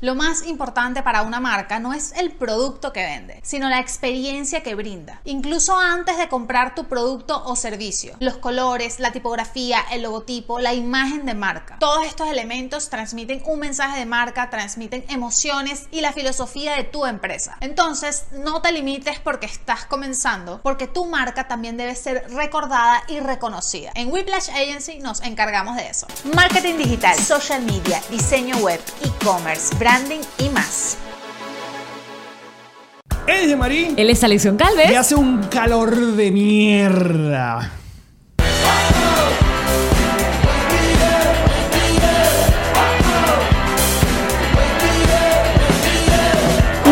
Lo más importante para una marca no es el producto que vende, sino la experiencia que brinda. Incluso antes de comprar tu producto o servicio, los colores, la tipografía, el logotipo, la imagen de marca. Todos estos elementos transmiten un mensaje de marca, transmiten emociones y la filosofía de tu empresa. Entonces, no te limites porque estás comenzando, porque tu marca también debe ser recordada y reconocida. En Whiplash Agency nos encargamos de eso. Marketing digital, social media, diseño web, e-commerce, branding y más. Él es de Marín Él es Alexion Calves. y hace un calor de mierda.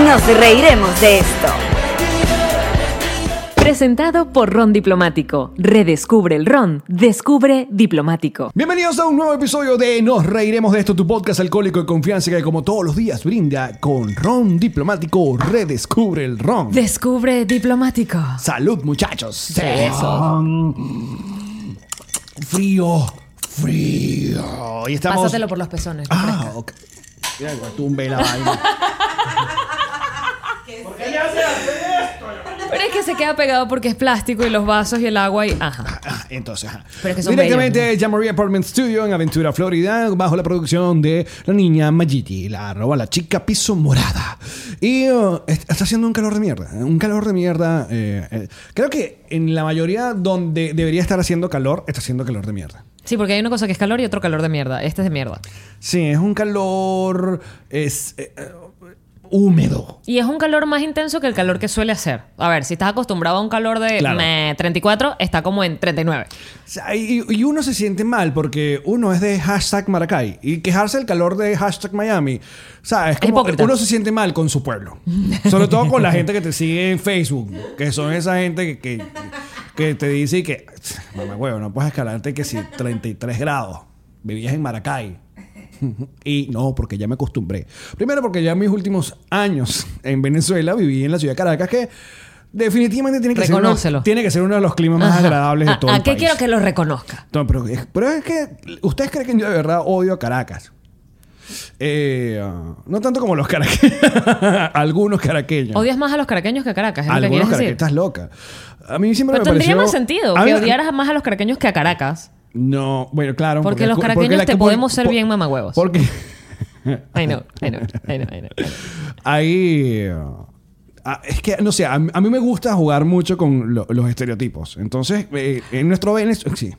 Nos reiremos de esto. Presentado por Ron Diplomático. Redescubre el Ron. Descubre Diplomático. Bienvenidos a un nuevo episodio de Nos Reiremos de esto, tu podcast alcohólico de confianza que como todos los días brinda con ron diplomático, redescubre el ron. Descubre Diplomático. Salud muchachos. Ron. Frío, frío. Y estamos... Pásatelo por los pezones. Ah, ok. Mira, que tumbe la vaina. Pero es que se queda pegado porque es plástico y los vasos y el agua y. Ajá. Ah, Entonces, ajá. Pero es que son directamente bellos, de Jamboree Apartment Studio en Aventura, Florida, bajo la producción de la niña Majiti, la arroba la chica piso morada. Y uh, est- está haciendo un calor de mierda, ¿eh? un calor de mierda. eh, eh. Creo que en la mayoría donde debería estar haciendo calor, está haciendo calor de mierda. Sí, porque hay una cosa que es calor y otro calor de mierda. Este es de mierda. Sí, es un calor es eh, eh, húmedo. Y es un calor más intenso que el calor que suele hacer. A ver, si estás acostumbrado a un calor de Claro. meh, 34, está como en 39. O sea, y, y uno se siente mal porque uno es de hashtag Maracay y quejarse del calor de hashtag Miami. O sea, es como Hipócrita. uno se siente mal con su pueblo. Sobre todo con la gente que te sigue en Facebook, que son esa gente que, que, que te dice y que, mamá huevo, no puedes escalarte que si 33 grados vivías en Maracay. Y no, porque ya me acostumbré. Primero porque ya en mis últimos años en Venezuela viví en la ciudad de Caracas que definitivamente tiene que, ser uno, Reconócelo. tiene que ser uno de los climas más Ajá. agradables de ¿A- todo ¿A, el qué país. quiero que lo reconozca? No, pero, es- pero es que ustedes creen que yo de verdad odio a Caracas. Eh, ah, no tanto como los caraqueños. Algunos caraqueños. Odias más a los caraqueños que a Caracas. Es lo que Algunos quieres decir. caraqueños. Estás loca. A mí siempre Pero me pareció... tendría más sentido A que mí- odiaras más a los caraqueños que a Caracas. No, bueno, claro. Porque los caraqueños la- te por- podemos ser por- bien mamahuevos. Porque Ay, no, ay, no, ay, no, ay, no. ahí... eh, ah, es que, no sé, a, mí- a mí me gusta jugar mucho con lo- los estereotipos. Entonces, eh, en nuestro Venezuela... Sí.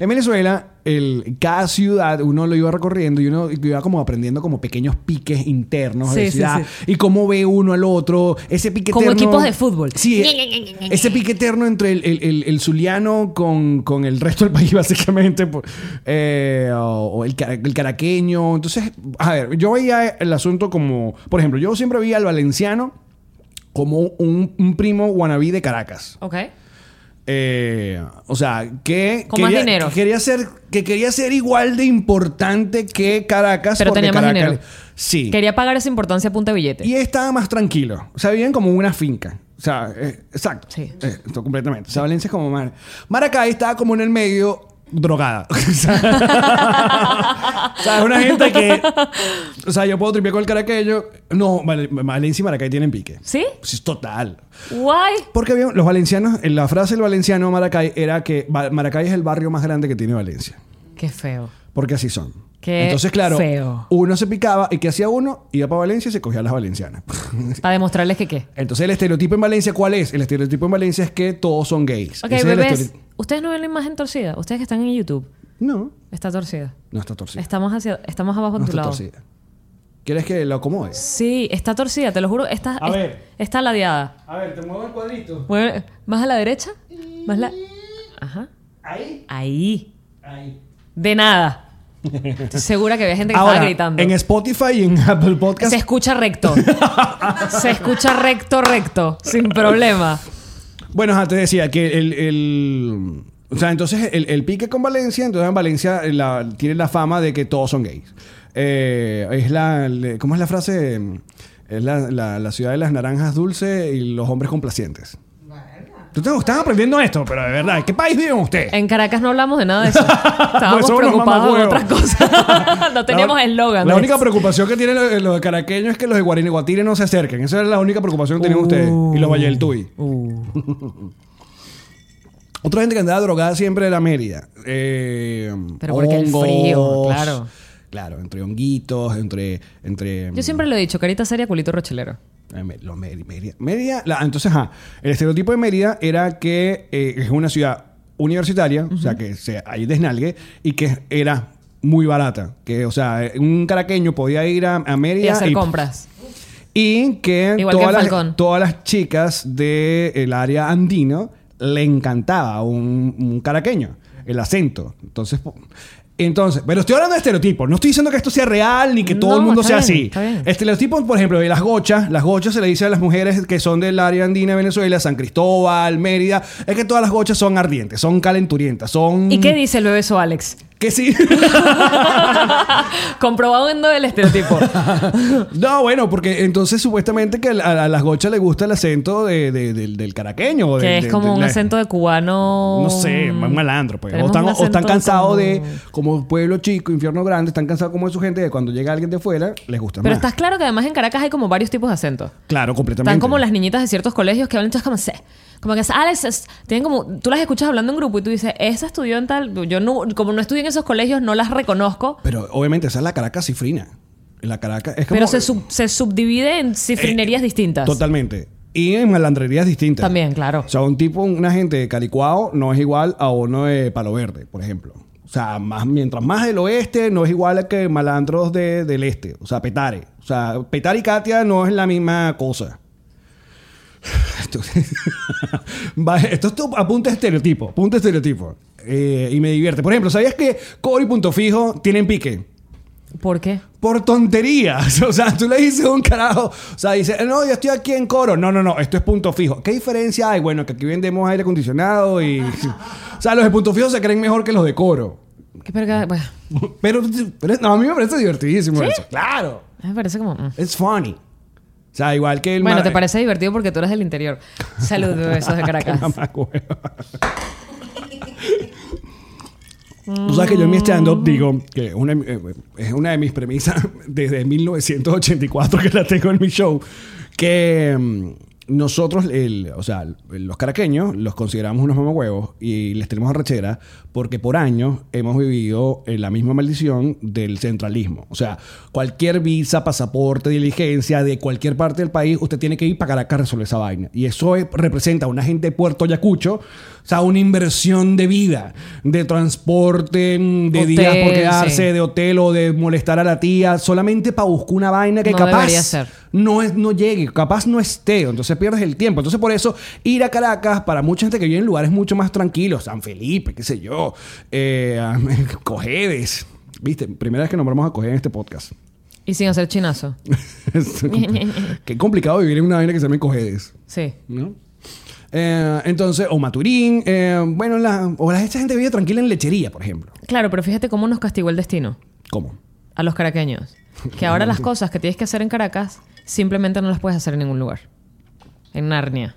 En Venezuela, el, cada ciudad uno lo iba recorriendo y uno iba como aprendiendo como pequeños piques internos de Sí, sí, ciudad y cómo ve uno al otro, ese pique Como eterno- equipos de fútbol. Sí, eh, ese pique eterno entre el, el- el- el zuliano con, con el resto del país básicamente, por- eh, o, o el, cara- el caraqueño. Entonces, a ver, yo veía el asunto como, por ejemplo, yo siempre veía al valenciano como un, un primo guanabí de Caracas. Ok. Eh, o sea, que, Con más dinero. que quería ser que quería ser igual de importante que Caracas. Pero porque tenía más Caracas- dinero. Sí. Quería pagar esa importancia a punta de billete. Y estaba más tranquilo. O sea, vivían como una finca. O sea, eh, exacto. Sí. Eh, esto completamente. O sea, Valencia es como Mar. Maracay estaba como en el medio drogada. o sea, o sea, es una gente que. O sea, yo puedo tripear con el caraqueño. No, Val- Valencia y Maracay tienen pique. ¿Sí? Pues es total. Guay. Porque había- los valencianos, en la frase del valenciano Maracay era que Ba- Maracay es el barrio más grande que tiene Valencia. Qué feo. Porque así son. Qué Entonces, claro, feo. uno se picaba y ¿qué hacía uno? Iba para Valencia y se cogía a las valencianas. Para demostrarles que qué. Entonces, el estereotipo en Valencia, ¿cuál es? El estereotipo en Valencia es que todos son gays. Ok, Ese es el bebés. estereotipo. Ustedes no ven la imagen torcida. Ustedes que están en YouTube. No, Está torcida. no está torcido. Estamos hacia, estamos abajo no de tu está lado. torcido. ¿Quieres que lo acomodes? Sí, está torcida, te lo juro. Está, A es- ver. está ladeada. A ver, te muevo el cuadrito. Mueve- ¿Más a la derecha? ¿Más la...? Ajá. Ahí, Ahí. ahí. De nada. Estoy segura que había gente que Ahora, estaba gritando. en este Spotify y en Apple Podcast Se escucha recto. Se escucha recto, recto. Sin problema. Bueno, ajá, te decía que el... el- o sea, entonces el, el pique con Valencia, entonces en Valencia eh, la- tiene la fama de que todos son gays. Eh, es la... le- ¿Cómo es la frase? Es la, la- la ciudad de las naranjas dulces y los hombres complacientes. Tú te estás aprendiendo esto, pero de verdad, ¿qué país viven ustedes? En Caracas no hablamos de nada de eso. Estábamos Pues somos unos preocupados de mamahuevos. otras cosas. no teníamos La- eslogan. La de única eso. preocupación que tienen los, los caraqueños es que los de Guariniguatire no se acerquen. Esa es la única preocupación que tienen Uh. ustedes. Y los Valleltuy. Uh. Otra gente que andaba drogada siempre era Mérida. Eh, Pero porque el hongos, frío, claro. Claro, entre honguitos, entre... entre Yo siempre lo he dicho, carita seria, culito rochelero. Eh, Me- lo- Meri- Mérida. Mérida, la- entonces, ajá, el estereotipo de Mérida era que eh, es una ciudad universitaria, o sea, que se, ahí desnalgue, y que era muy barata. Que, o sea, eh, un caraqueño podía ir a, a Mérida. Y hacer compras. Y que, Igual que en todas, Falcón. las, todas las chicas del área andino le encantaba un, un caraqueño, el acento. Entonces, po- entonces, pero estoy hablando de estereotipos. No estoy diciendo que esto sea real ni que todo No, el mundo está sea bien, así. está bien. Estereotipos, por ejemplo, de las gochas. Las gochas se le dice a las mujeres que son del área andina de Venezuela, San Cristóbal, Mérida. Es que todas las gochas son ardientes, son calenturientas, son... ¿Y qué dice el bebeso Alex? Que sí. Comprobando el estereotipo. No, bueno, porque entonces supuestamente que a, a las gochas le gusta el acento de- de- del- del caraqueño. o de- que es de- como de un la- acento de cubano. No sé, un malandro, pues. O Tenemos están, un o están acento cansados como- de, como pueblo chico, infierno grande, están cansados como de su gente, de cuando llega alguien de fuera, les gusta Pero más. estás claro que además en Caracas hay como varios tipos de acentos. Claro, completamente. Están como las niñitas de ciertos colegios que hablan entonces como sé. Como que Alex es- tienen como tú las escuchas hablando en grupo y tú dices, "Esa estudió en tal, yo no como no estudié en esos colegios, no las reconozco." Pero obviamente esa es la Caracas cifrina. La Caracas es como... Pero se, sub- se subdivide en cifrinerías Eh, distintas. Totalmente. Y en malandrerías distintas. También, claro. O sea, un tipo, una gente de Calicuao no es igual a uno de Palo Verde, por ejemplo. O sea, más, mientras más del oeste no es igual a que malandros de- del este. O sea, Petare. O sea, Petare y Katia no es la misma cosa. Esto, Va, esto es tu- apunta estereotipo, apunta estereotipo. Eh, y me divierte. Por ejemplo, ¿sabías que Cobre y Punto Fijo tienen pique? ¿Por qué? Por tonterías. O sea, tú le dices a un carajo. O sea, dice, no, yo estoy aquí en coro. No, no, no, esto es punto fijo. ¿Qué diferencia hay? Bueno, que aquí vendemos aire acondicionado y. O sea, los de punto fijo se creen mejor que los de coro. Qué verga, bueno, Pero, pero no, a mí me parece divertidísimo eso. Claro. me parece como mm. It's funny. O sea, igual que el. Bueno, mar- te parece divertido porque tú eres del interior. Salud, besos de Caracas. Tú sabes que yo en mi stand-up digo que una, eh, es una de mis premisas desde 1984 que la tengo en mi show, que mm, nosotros, el, o sea, los caraqueños los consideramos unos mamahuevos y les tenemos arrechera porque por años hemos vivido eh, la misma maldición del centralismo. O sea, cualquier visa, pasaporte, diligencia de cualquier parte del país, usted tiene que ir para Caracas a resolver esa vaina. Y eso es- representa a una gente de Puerto Ayacucho, o sea, una inversión de vida, de transporte, mm, de Hotel, días por quedarse, sí. de hotel o de molestar a la tía, solamente para buscar una vaina que No capaz debería ser. no, es, no llegue, capaz no esté, entonces pierdes el tiempo. Entonces, por eso, ir a Caracas, para mucha gente que vive en lugares mucho más tranquilos, San Felipe, qué sé yo, eh, Cojedes, viste, primera vez que nombramos a Cojedes en este podcast. Y sin hacer chinazo. Es compl- qué complicado vivir en una vaina que se llama Cojedes. Sí. ¿no? Eh, entonces, o Maturín, eh, bueno, la, o la, esta gente vive tranquila en lechería, por ejemplo. Claro, pero fíjate cómo nos castigó el destino. ¿Cómo? a los caraqueños que ahora las cosas que tienes que hacer en Caracas simplemente no las puedes hacer en ningún lugar. En Narnia.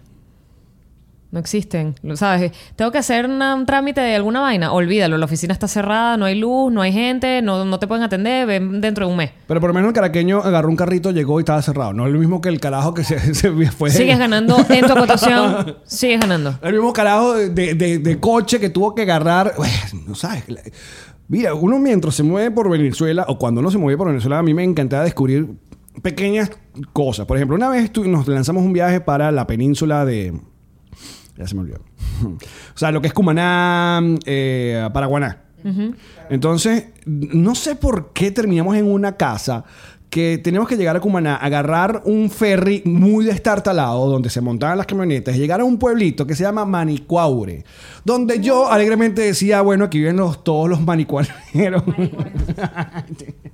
No existen, lo sabes. eh, Tengo que hacer una- un trámite de alguna vaina. Olvídalo, la oficina está cerrada, no hay luz, no hay gente, no, no te pueden atender, ven dentro de un mes. Pero por lo menos el caraqueño agarró un carrito, llegó y estaba cerrado. No es lo mismo que el carajo que se, se fue. Sigues ganando en tu acotación, sigues ganando. El mismo carajo de, de- de coche que tuvo que agarrar. Ué, no sabes. la- Mira, uno mientras se mueve por Venezuela, o cuando uno se mueve por Venezuela, a mí me encantaba descubrir pequeñas cosas. Por ejemplo, una vez tu- nos lanzamos un viaje para la península de. Ya se me olvidó. O sea, lo que es Cumaná, eh, Paraguaná. Entonces, no sé por qué terminamos en una casa que teníamos que llegar a Cumaná, agarrar un ferry muy destartalado donde se montaban las camionetas, llegar a un pueblito que se llama Manicuaure, donde yo alegremente decía, bueno, aquí viven los- todos los manicuaneros.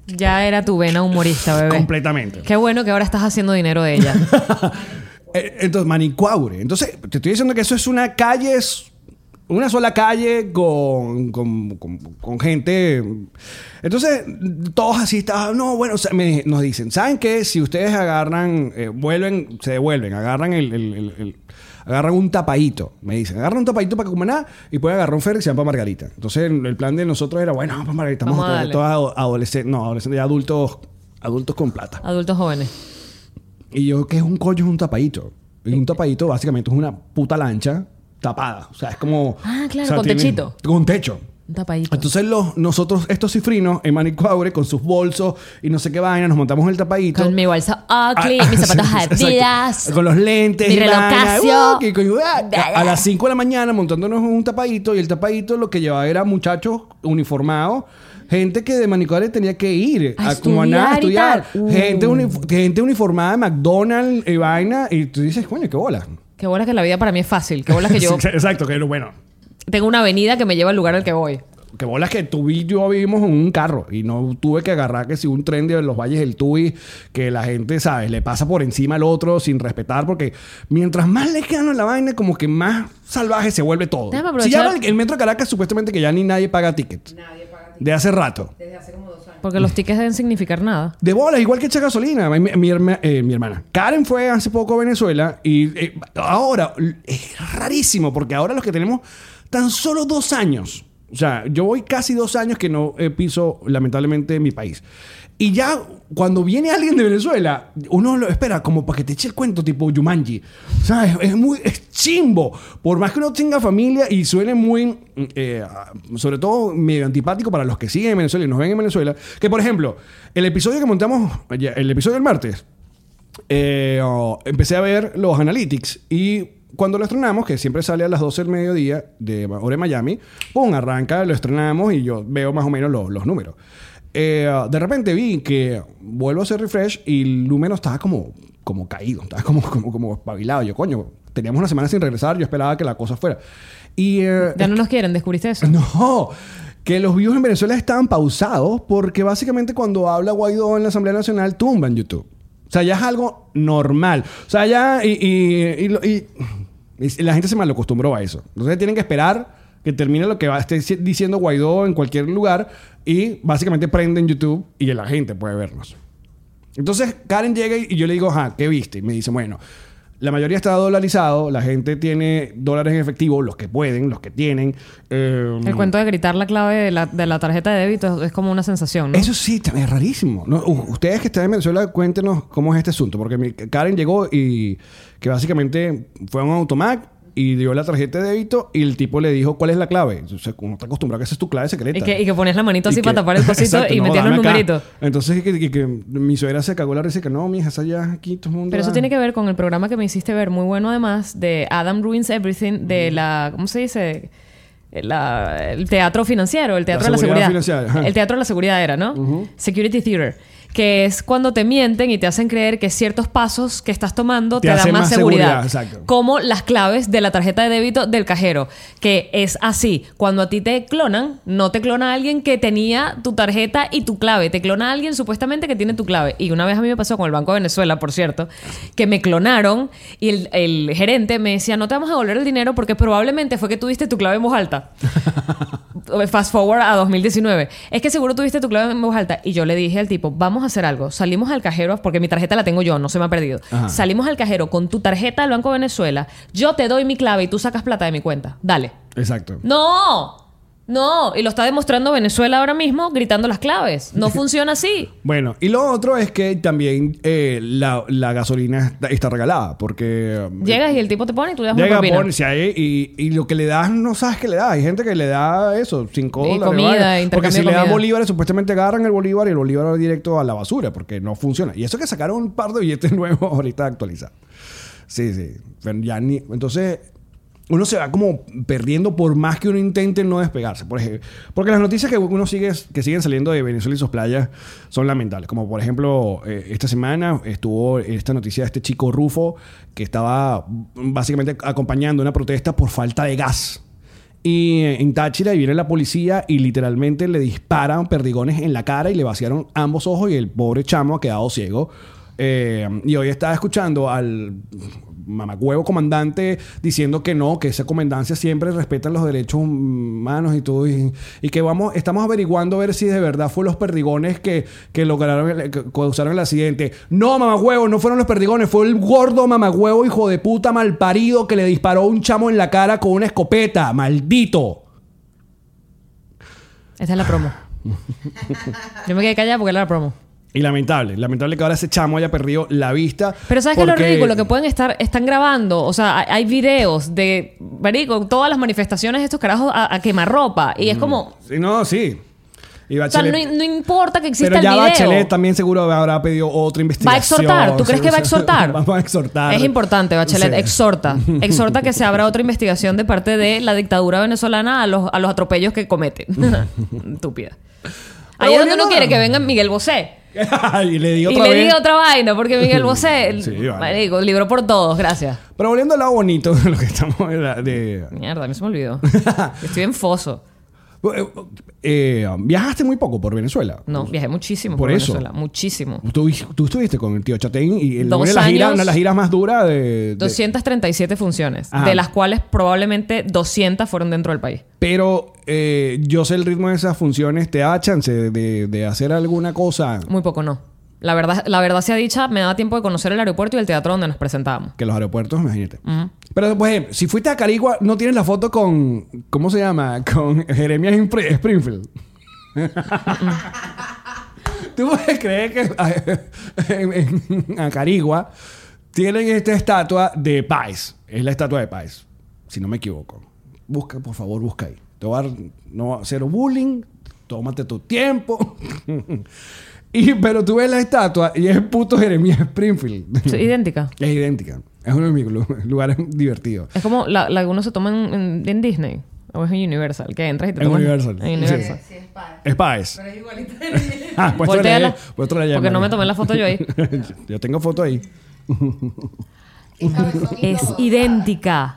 Ya era tu vena humorista, bebé. Completamente. Qué bueno que ahora estás haciendo dinero de ella. Eh, Entonces, Manicuaure. Entonces, te estoy diciendo que eso es una calle, es una sola calle con, con, con- con gente. Entonces, todos así estaban. No, bueno, o sea, me- nos dicen, ¿saben qué? Si ustedes agarran, eh, vuelven, se devuelven, agarran el. el- el- el- agarran un tapadito. Me dicen, agarra un tapadito para Cumaná y pueden agarrar un ferry y se van para Margarita. Entonces el, el plan de nosotros era, bueno, vamos para Margarita, Vamos vamos, a a darle. todos ado- adolescentes, no, adolescentes, ya adultos, adultos con plata. Adultos jóvenes. Y yo, ¿qué es un coño? Es un tapadito. Y un tapadito básicamente es una puta lancha tapada. O sea, es como... Ah, claro, o sea, con tiene- techito. Con techo. Un tapadito. Entonces los, nosotros, estos cifrinos, en Manicuaure, con sus bolsos y no sé qué vaina, nos montamos en el tapadito. Con mi bolsa Oakley, Ah, mis zapatos exacto. Adidas. Con los lentes. mi y vaina. reloj Casio. Uh, que coño, ah. a, a las 5 de la mañana montándonos en un tapadito y el tapadito lo que llevaba era muchachos uniformados. Gente que de Manicuaure tenía que ir A Cumaná, estudiar y tal. Uh. Gente, uni- gente uniformada de McDonald's y vaina. Y tú dices, coño, qué bola. Qué bola que la vida para mí es fácil. Qué bola que yo Exacto, que lo bueno. tengo una avenida que me lleva al lugar al que voy. Que bolas que tú y yo vivimos en un carro y no tuve que agarrar que si un tren de los valles del Tuy que la gente, ¿sabes? Le pasa por encima al otro sin respetar porque mientras más lejano la vaina, como que más salvaje se vuelve todo. Déjame aprovechar- Si ya el, el metro de Caracas, supuestamente que ya ni nadie paga ticket. Nadie paga ticket. De hace rato. Porque los tickets deben significar nada. De bolas, igual que echar gasolina. Mi, mi herma- eh, mi hermana. Karen fue hace poco a Venezuela y eh, ahora l- es rarísimo porque ahora los que tenemos tan solo dos años. O sea, yo voy casi dos años que no eh, piso, lamentablemente, mi país. Y ya cuando viene alguien de Venezuela, uno lo espera como para que te eche el cuento tipo Yumanji. ¿Sabes? Es muy es chimbo. Por más que uno tenga familia y suene muy, eh, sobre todo, medio antipático para los que siguen en Venezuela y nos ven en Venezuela. Que, por ejemplo, el episodio que montamos, ya, el episodio del martes, eh, oh, empecé a ver los analytics y cuando lo estrenamos, que siempre sale a las 12 del mediodía de hora de Miami, pum, arranca, lo estrenamos y yo veo más o menos los, los números. Eh, ah, de repente vi que vuelvo a hacer refresh y el número estaba como, como caído, estaba como, como, como espabilado. Yo, coño, teníamos una semana sin regresar, yo esperaba que la cosa fuera. Y, eh, Ya no nos quieren, descubriste eso. no, que los views en Venezuela estaban pausados porque básicamente cuando habla Guaidó en la Asamblea Nacional tumban YouTube. O sea, ya es algo normal. O sea, ya y, y- y lo- y- y la gente se mal acostumbró a eso. Entonces tienen que esperar que termine lo que va, esté si- diciendo Guaidó en cualquier lugar y básicamente prenden YouTube y la gente puede vernos. Entonces Karen llega y y yo le digo, ajá, ¿qué viste? Y me dice, bueno, la mayoría está dolarizado, la gente tiene dólares en efectivo, los que pueden, los que tienen. eh, El cuento de gritar la clave de la, de la tarjeta de débito es, es como una sensación, ¿no? Eso sí, también es rarísimo. No, u- ustedes que están en Venezuela, cuéntenos cómo es este asunto. Porque mi- Karen llegó y que básicamente fue a un automac y dio la tarjeta de débito y el tipo le dijo cuál es la clave. O sea, uno está acostumbrado a que esa es tu clave secreta. Y que, y que ponías la manito así Y para que- tapar el cosito Exacto, y no, metías los dame acá. numeritos. Entonces, que, que- que mi suegra se cagó la risa y que no, mija, esa ya es aquí todo el mundo. Pero eso ah". tiene que ver con el programa que me hiciste ver, muy bueno además, de Adam Ruins Everything, de la. ¿Cómo se dice? La- el teatro financiero, el teatro La de la seguridad seguridad. financiera, ajá. El teatro de la seguridad era, ¿no? Security Theater. Que es cuando te mienten y te hacen creer que ciertos pasos que estás tomando Te te, dan hacen más más seguridad. seguridad, exacto. Como las claves de la tarjeta de débito del cajero. Que es así. Cuando a ti te clonan, no te clona alguien que tenía tu tarjeta y tu clave. Te clona alguien supuestamente que tiene tu clave. Y una vez a mí me pasó con el Banco de Venezuela, por cierto, que me clonaron y el, el gerente me decía, no te vamos a devolver el dinero porque probablemente fue que tuviste tu clave en voz alta. Fast forward a 2019. Es que seguro tuviste tu clave en voz alta. Y yo le dije al tipo, vamos a hacer algo. Salimos al cajero, porque mi tarjeta la tengo yo, no se me ha perdido. Ajá. Salimos al cajero con tu tarjeta del Banco de Venezuela. Yo te doy mi clave y tú sacas plata de mi cuenta. Dale. Exacto. ¡No! ¡No! Y lo está demostrando Venezuela ahora mismo gritando las claves. No funciona así. Bueno, y lo otro es que también eh, la, la gasolina está, está regalada porque... eh, Llegas y el tipo te pone y tú le das una Llega, propina. ponerse ahí y, y lo que le das no sabes qué le das. Hay gente que le da eso, 5 Y dólares. comida, vaina. intercambio porque si de le dan comida. bolívares, supuestamente agarran el bolívar y el bolívar va directo a la basura porque no funciona. Y eso que sacaron un par de billetes nuevos ahorita actualizados. Sí, sí. Pero ya ni- entonces, uno se va como perdiendo por más que uno intente no despegarse. Por ejemplo, porque las noticias que uno sigue, que siguen saliendo de Venezuela y sus playas son lamentables. Como por ejemplo, eh, esta semana estuvo esta noticia de este chico Rufo que estaba básicamente acompañando una protesta por falta de gas. Y eh, en Táchira y viene la policía y literalmente le disparan perdigones en la cara y le vaciaron ambos ojos y el pobre chamo ha quedado ciego. Eh, y hoy estaba escuchando al mamacuevo comandante diciendo que no, que esa comandancia siempre respeta los derechos humanos y todo. Y, y que vamos, estamos averiguando a ver si de verdad fue los perdigones que, que lograron, el- que causaron el accidente. No, mamacuevo, no fueron los perdigones, fue el gordo mamacuevo, hijo de puta malparido que le disparó a un chamo en la cara con una escopeta, maldito. Esta es la promo. Yo me quedé callada porque era la promo. Y lamentable, lamentable que ahora ese chamo haya perdido la vista. Pero ¿sabes qué es lo porque- ridículo? Que pueden estar, están grabando, o sea, hay, hay videos de, marico, todas las manifestaciones de estos carajos a, a quemarropa. Y es como, o Sí, no, sí. Y sea, no, Mm. Bachelet- no importa que exista Pero ya el video. Bachelet también seguro habrá pedido otra Va investigación. a exhortar. ¿Tú crees que va a exhortar? Vamos a exhortar. Es importante, Bachelet. Sí. Exhorta. Exhorta que se abra otra investigación de parte de la dictadura venezolana a los, a los atropellos que cometen. Estúpida. Ahí es donde volviendo uno a- quiere que venga Miguel Bosé. y le digo Y otra le vez. diga otra vaina, porque Miguel Bosé, Sí, vale. marico, libró por todos, gracias. Pero volviendo al lado bonito de lo que estamos... De, la- de- Mierda, a mí se me olvidó. Estoy en foso. Eh, viajaste muy poco por Venezuela. No, viajé muchísimo Por por, eso. Venezuela. Muchísimo. Tú, tú estuviste con el tío Chatein y el, Dos una, de las giras, años. una de las giras más duras de... de- 237 funciones, Ajá. de las cuales probablemente 200 fueron dentro del país. Pero eh, yo sé el ritmo de esas funciones. ¿Te da chance de, de- de hacer alguna cosa Muy poco no. La verdad, la verdad sea dicha, me daba tiempo de conocer el aeropuerto y el teatro donde nos presentábamos. que los aeropuertos? Imagínate. Pero, por ejemplo, si fuiste a Carigua, no tienes la foto con... ¿Cómo se llama? Con Jeremías Impre- Springfield. ¿Tú puedes creer que a- en, en- a Carigua tienen esta estatua de Páez? Es la estatua de Páez, si no me equivoco. Busca, por favor, busca ahí. Te voy a dar no, cero bullying, tómate tu tiempo. y, pero tú ves la estatua y es puto Jeremías Springfield. Es idéntica. Es idéntica. Es uno de mis lu- lugares divertidos. Es como la, la que uno se toma en, en- en Disney. O es en Universal, que entras y te En tomas. Universal. En Universal. Sí. Es Páez. Pero es igualita. Ah, pues tú Voltéala, la- pues tú la porque no llamas. me tomé la foto yo ahí. yo tengo foto ahí. es idéntica.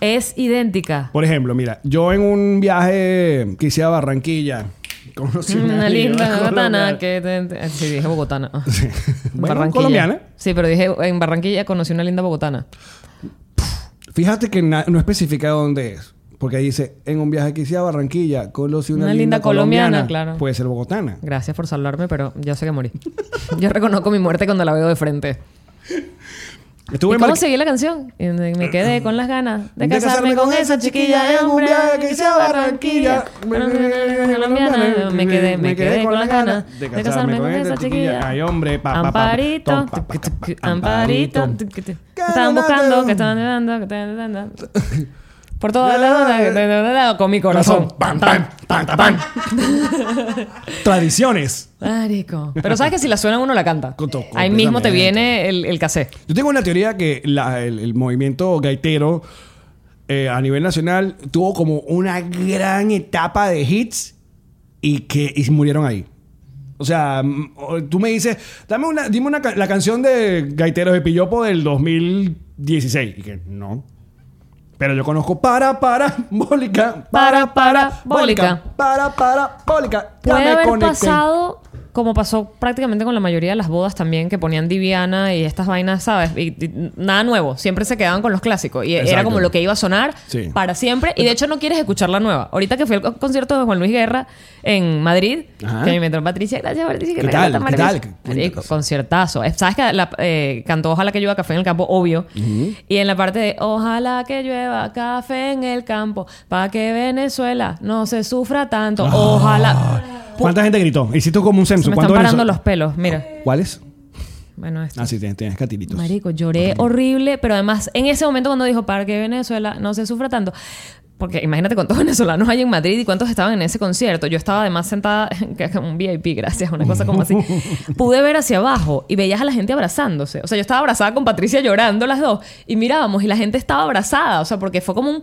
es idéntica. Por ejemplo, mira, yo en un viaje que hice a Barranquilla, conocí Una linda colombiana. bogotana que... te- te- Sí, dije bogotana. Sí. Bueno, Barranquilla. colombiana. Sí, pero dije, en Barranquilla conocí una linda bogotana. Fíjate que na- no especifica dónde es. Porque ahí dice, en un viaje que hice a Barranquilla, conocí una, Una linda, linda colombiana, colombiana. pues, claro. Puede ser bogotana. Gracias por salvarme, pero yo sé que morí. Yo reconozco mi muerte cuando la veo de frente. Estuve ¿Y en cómo Barranqui- seguí la canción? Y me me quedé con las ganas de, de casarme con esa chiquilla de hombre que hice a Barranquilla. Colombiana. Me quedé, me quedé con las ganas de casarme con esa chiquilla. Ay, hombre, pa, pa, pa, Amparito, tom, pa, pa, pa, pa, amparito. amparito. Que estaban buscando, que estaban dando, que estaban dando. Por todas las con mi corazón. Pam, pam, pam, pam, pam. Tradiciones. Marico. Pero sabes que si la suena uno la canta. Con todo, Ahí mismo te viene el, el cassette. Yo tengo una teoría que la- el, el movimiento gaitero eh, a nivel nacional tuvo como una gran etapa de hits y que y murieron ahí. O sea, mm, o- tú me dices, dame una, dime una, ca- la canción de Gaiteros de Pillopo del 2016. Y que no. Pero yo conozco para para bólica, para para bólica, para para bólica. Ya Puede me haber conecté. pasado como pasó prácticamente con la mayoría de las bodas también que ponían Diviana y estas vainas, ¿sabes? Y, y nada nuevo, siempre se quedaban con los clásicos y Exacto. era como lo que iba a sonar Sí. para siempre y de hecho no quieres escuchar la nueva. Ahorita que fui al co- concierto de Juan Luis Guerra en Madrid, Ajá. que me entró Patricia, gracias Patricia, que ¿Qué regalo tal? tan ¿Qué tal? maravilloso. Marico, conciertazo. Eh, ¿Sabes que la, eh, cantó Ojalá que llueva café en el campo? Obvio. Y en la parte de Ojalá que llueva café en el campo, para que Venezuela no se sufra Ah. tanto. Ojalá. ¿Cuánta gente gritó? Hiciste como un Se censo. me están ¿Cuántos parando venezol- los pelos, mira. ¿Cuáles? Bueno, esto. Ah, sí, tienes, tienes catiritos. Marico, lloré horrible, pero además en ese momento cuando dijo para que Venezuela no se sufra tanto. Porque imagínate cuántos venezolanos hay en Madrid y cuántos estaban en ese concierto. Yo estaba además sentada que es como un VIP, gracias, una cosa como así. Pude ver hacia abajo y veías a la gente abrazándose. O sea, yo estaba abrazada con Patricia llorando las dos y mirábamos y la gente estaba abrazada. O sea, porque fue como un...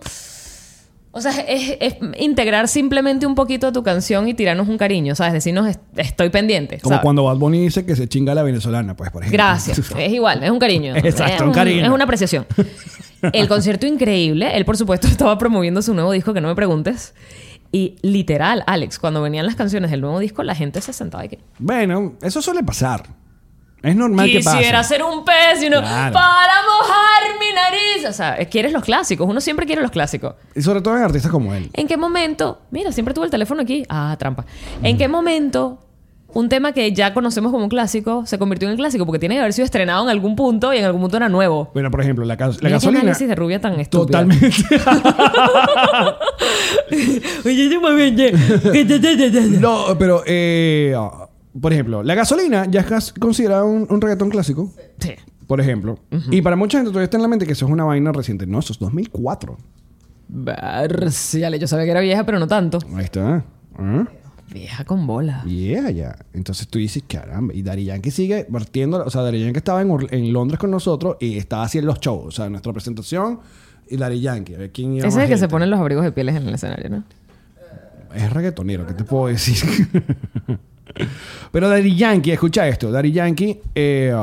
O sea, es, es integrar simplemente un poquito a tu canción y tirarnos un cariño, ¿sabes? Decirnos "Est- estoy pendiente. Como ¿sabes? cuando Bad Bunny dice que se chinga a la venezolana, pues, por ejemplo. Gracias. eh. Es igual, es un cariño. Exacto, es un cariño. Es una apreciación. El concierto increíble. Él, por supuesto, estaba promoviendo su nuevo disco, que no me preguntes. Y literal, Alex, cuando venían las canciones del nuevo disco, la gente se sentaba y que... Bueno, eso suele pasar. Es normal que Quisiera pase. ser un pez y uno Claro. para mojar mi nariz. O sea, quieres los clásicos. Uno siempre quiere los clásicos. Y sobre todo en artistas como él. ¿En qué momento? Mira, siempre tuve el teléfono aquí. Ah, trampa. ¿En qué momento un tema que ya conocemos como un clásico se convirtió en un clásico? Porque tiene que haber sido estrenado en algún punto y en algún punto era nuevo. Bueno, por ejemplo, la, ca- la Mira qué gasolina. análisis de rubia tan estúpida. Totalmente. Oye, yo me veñé. no, pero, eh, ah, por ejemplo, la gasolina ya es cas- considerada un, un reggaetón clásico. Sí. Por ejemplo. Y para mucha gente todavía está en la mente que eso es una vaina reciente. No, eso es 2004. Barciale, yo sabía que era vieja, pero no tanto. Ahí está. Ah, Vieja con bola. Yeah, ya. Entonces tú dices, caramba. Y Dari Yankee sigue partiendo. O sea, Dari Yankee estaba en, Orl- en Londres con nosotros y estaba haciendo los shows. O sea, nuestra presentación y Dari Yankee. A ver quién iba Ese es más el que se gente. ponen los abrigos de pieles en el escenario, ¿no? Es reggaetonero, ¿qué te puedo decir? Pero Daddy Yankee, escucha esto. Daddy Yankee, eh,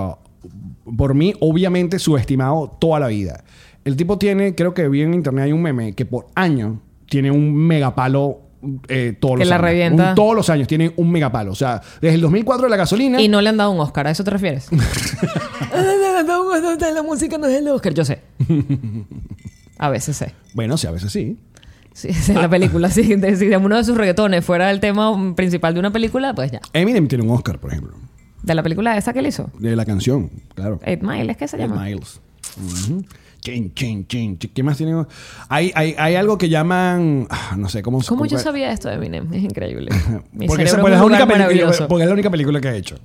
por mí, obviamente, subestimado toda la vida. El tipo tiene, creo que vi en internet, hay un meme que por año tiene un megapalo eh, todos Que los la años. revienta. Un- todos los años tiene un megapalo. O sea, desde el 2004 de la gasolina. Y no le han dado un Oscar, ¿a eso te refieres? la música no es el Oscar, yo sé. A veces sé. Bueno, sí, a veces sí. Sí, esa Ah. es la película, sí. De- Si de uno de sus reggaetones fuera el tema principal de una película, pues ya. Eminem tiene un Oscar, por ejemplo, De la película esa que él hizo. de la canción, claro. Eight Mile, ¿es que se Ed llama? Miles. Ujú. Chin, chin, chin, chin. ¿Qué más tienen? Hay, hay, hay algo que llaman. ah, No sé cómo. ¿Cómo yo sabía esto de Eminem? Es increíble. Mi Porque, esa- porque es la cerebro es un lugar única película, maravilloso. porque es la única película que ha hecho.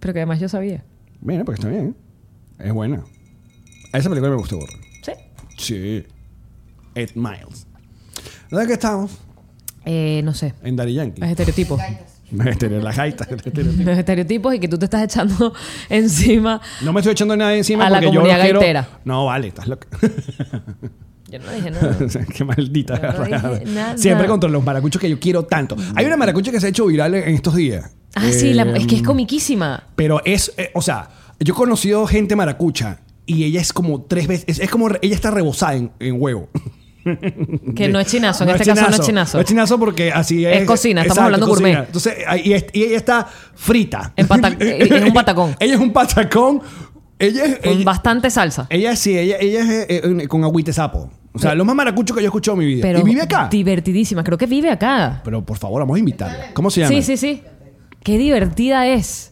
Pero que además yo sabía. Bueno, porque está bien. Es buena. A esa película me gustó gordo. Sí. Sí. Eight Miles. ¿Dónde que estamos? Eh, no sé. En Daddy Yankee. Los estereotipos. Este, la gaita. este, este. Los estereotipos y que tú te estás echando encima. No me estoy echando nada encima A la porque yo comunidad no quiero- gaitera. No, vale, estás loca. Yo no dije nada. Qué maldita. Yo no garra. dije nada. Siempre contra los maracuchos que yo quiero tanto. Hay una maracucha que se ha hecho viral en estos días. Ah, sí, la- Eh, es que es comiquísima. Pero es, eh, o sea, yo he conocido gente maracucha y ella es como tres veces, es, es como, re- ella está rebosada en, en huevo. Que no es chinazo, en este caso no es chinazo. No es chinazo porque así es. Es cocina, estamos hablando cocina. gourmet. Entonces, ahí- y, es- y ella está frita. En pata- es un patacón. ella es un patacón. Ella es. Con ella- bastante salsa. Ella sí, ella, ella es eh, eh, con agüite sapo. O sea, lo más maracucho que yo he escuchado en mi vida. Pero y vive acá. Divertidísima, creo que vive acá. Pero por favor, vamos a invitarla. ¿Cómo se llama? Sí, sí, sí. Qué divertida es.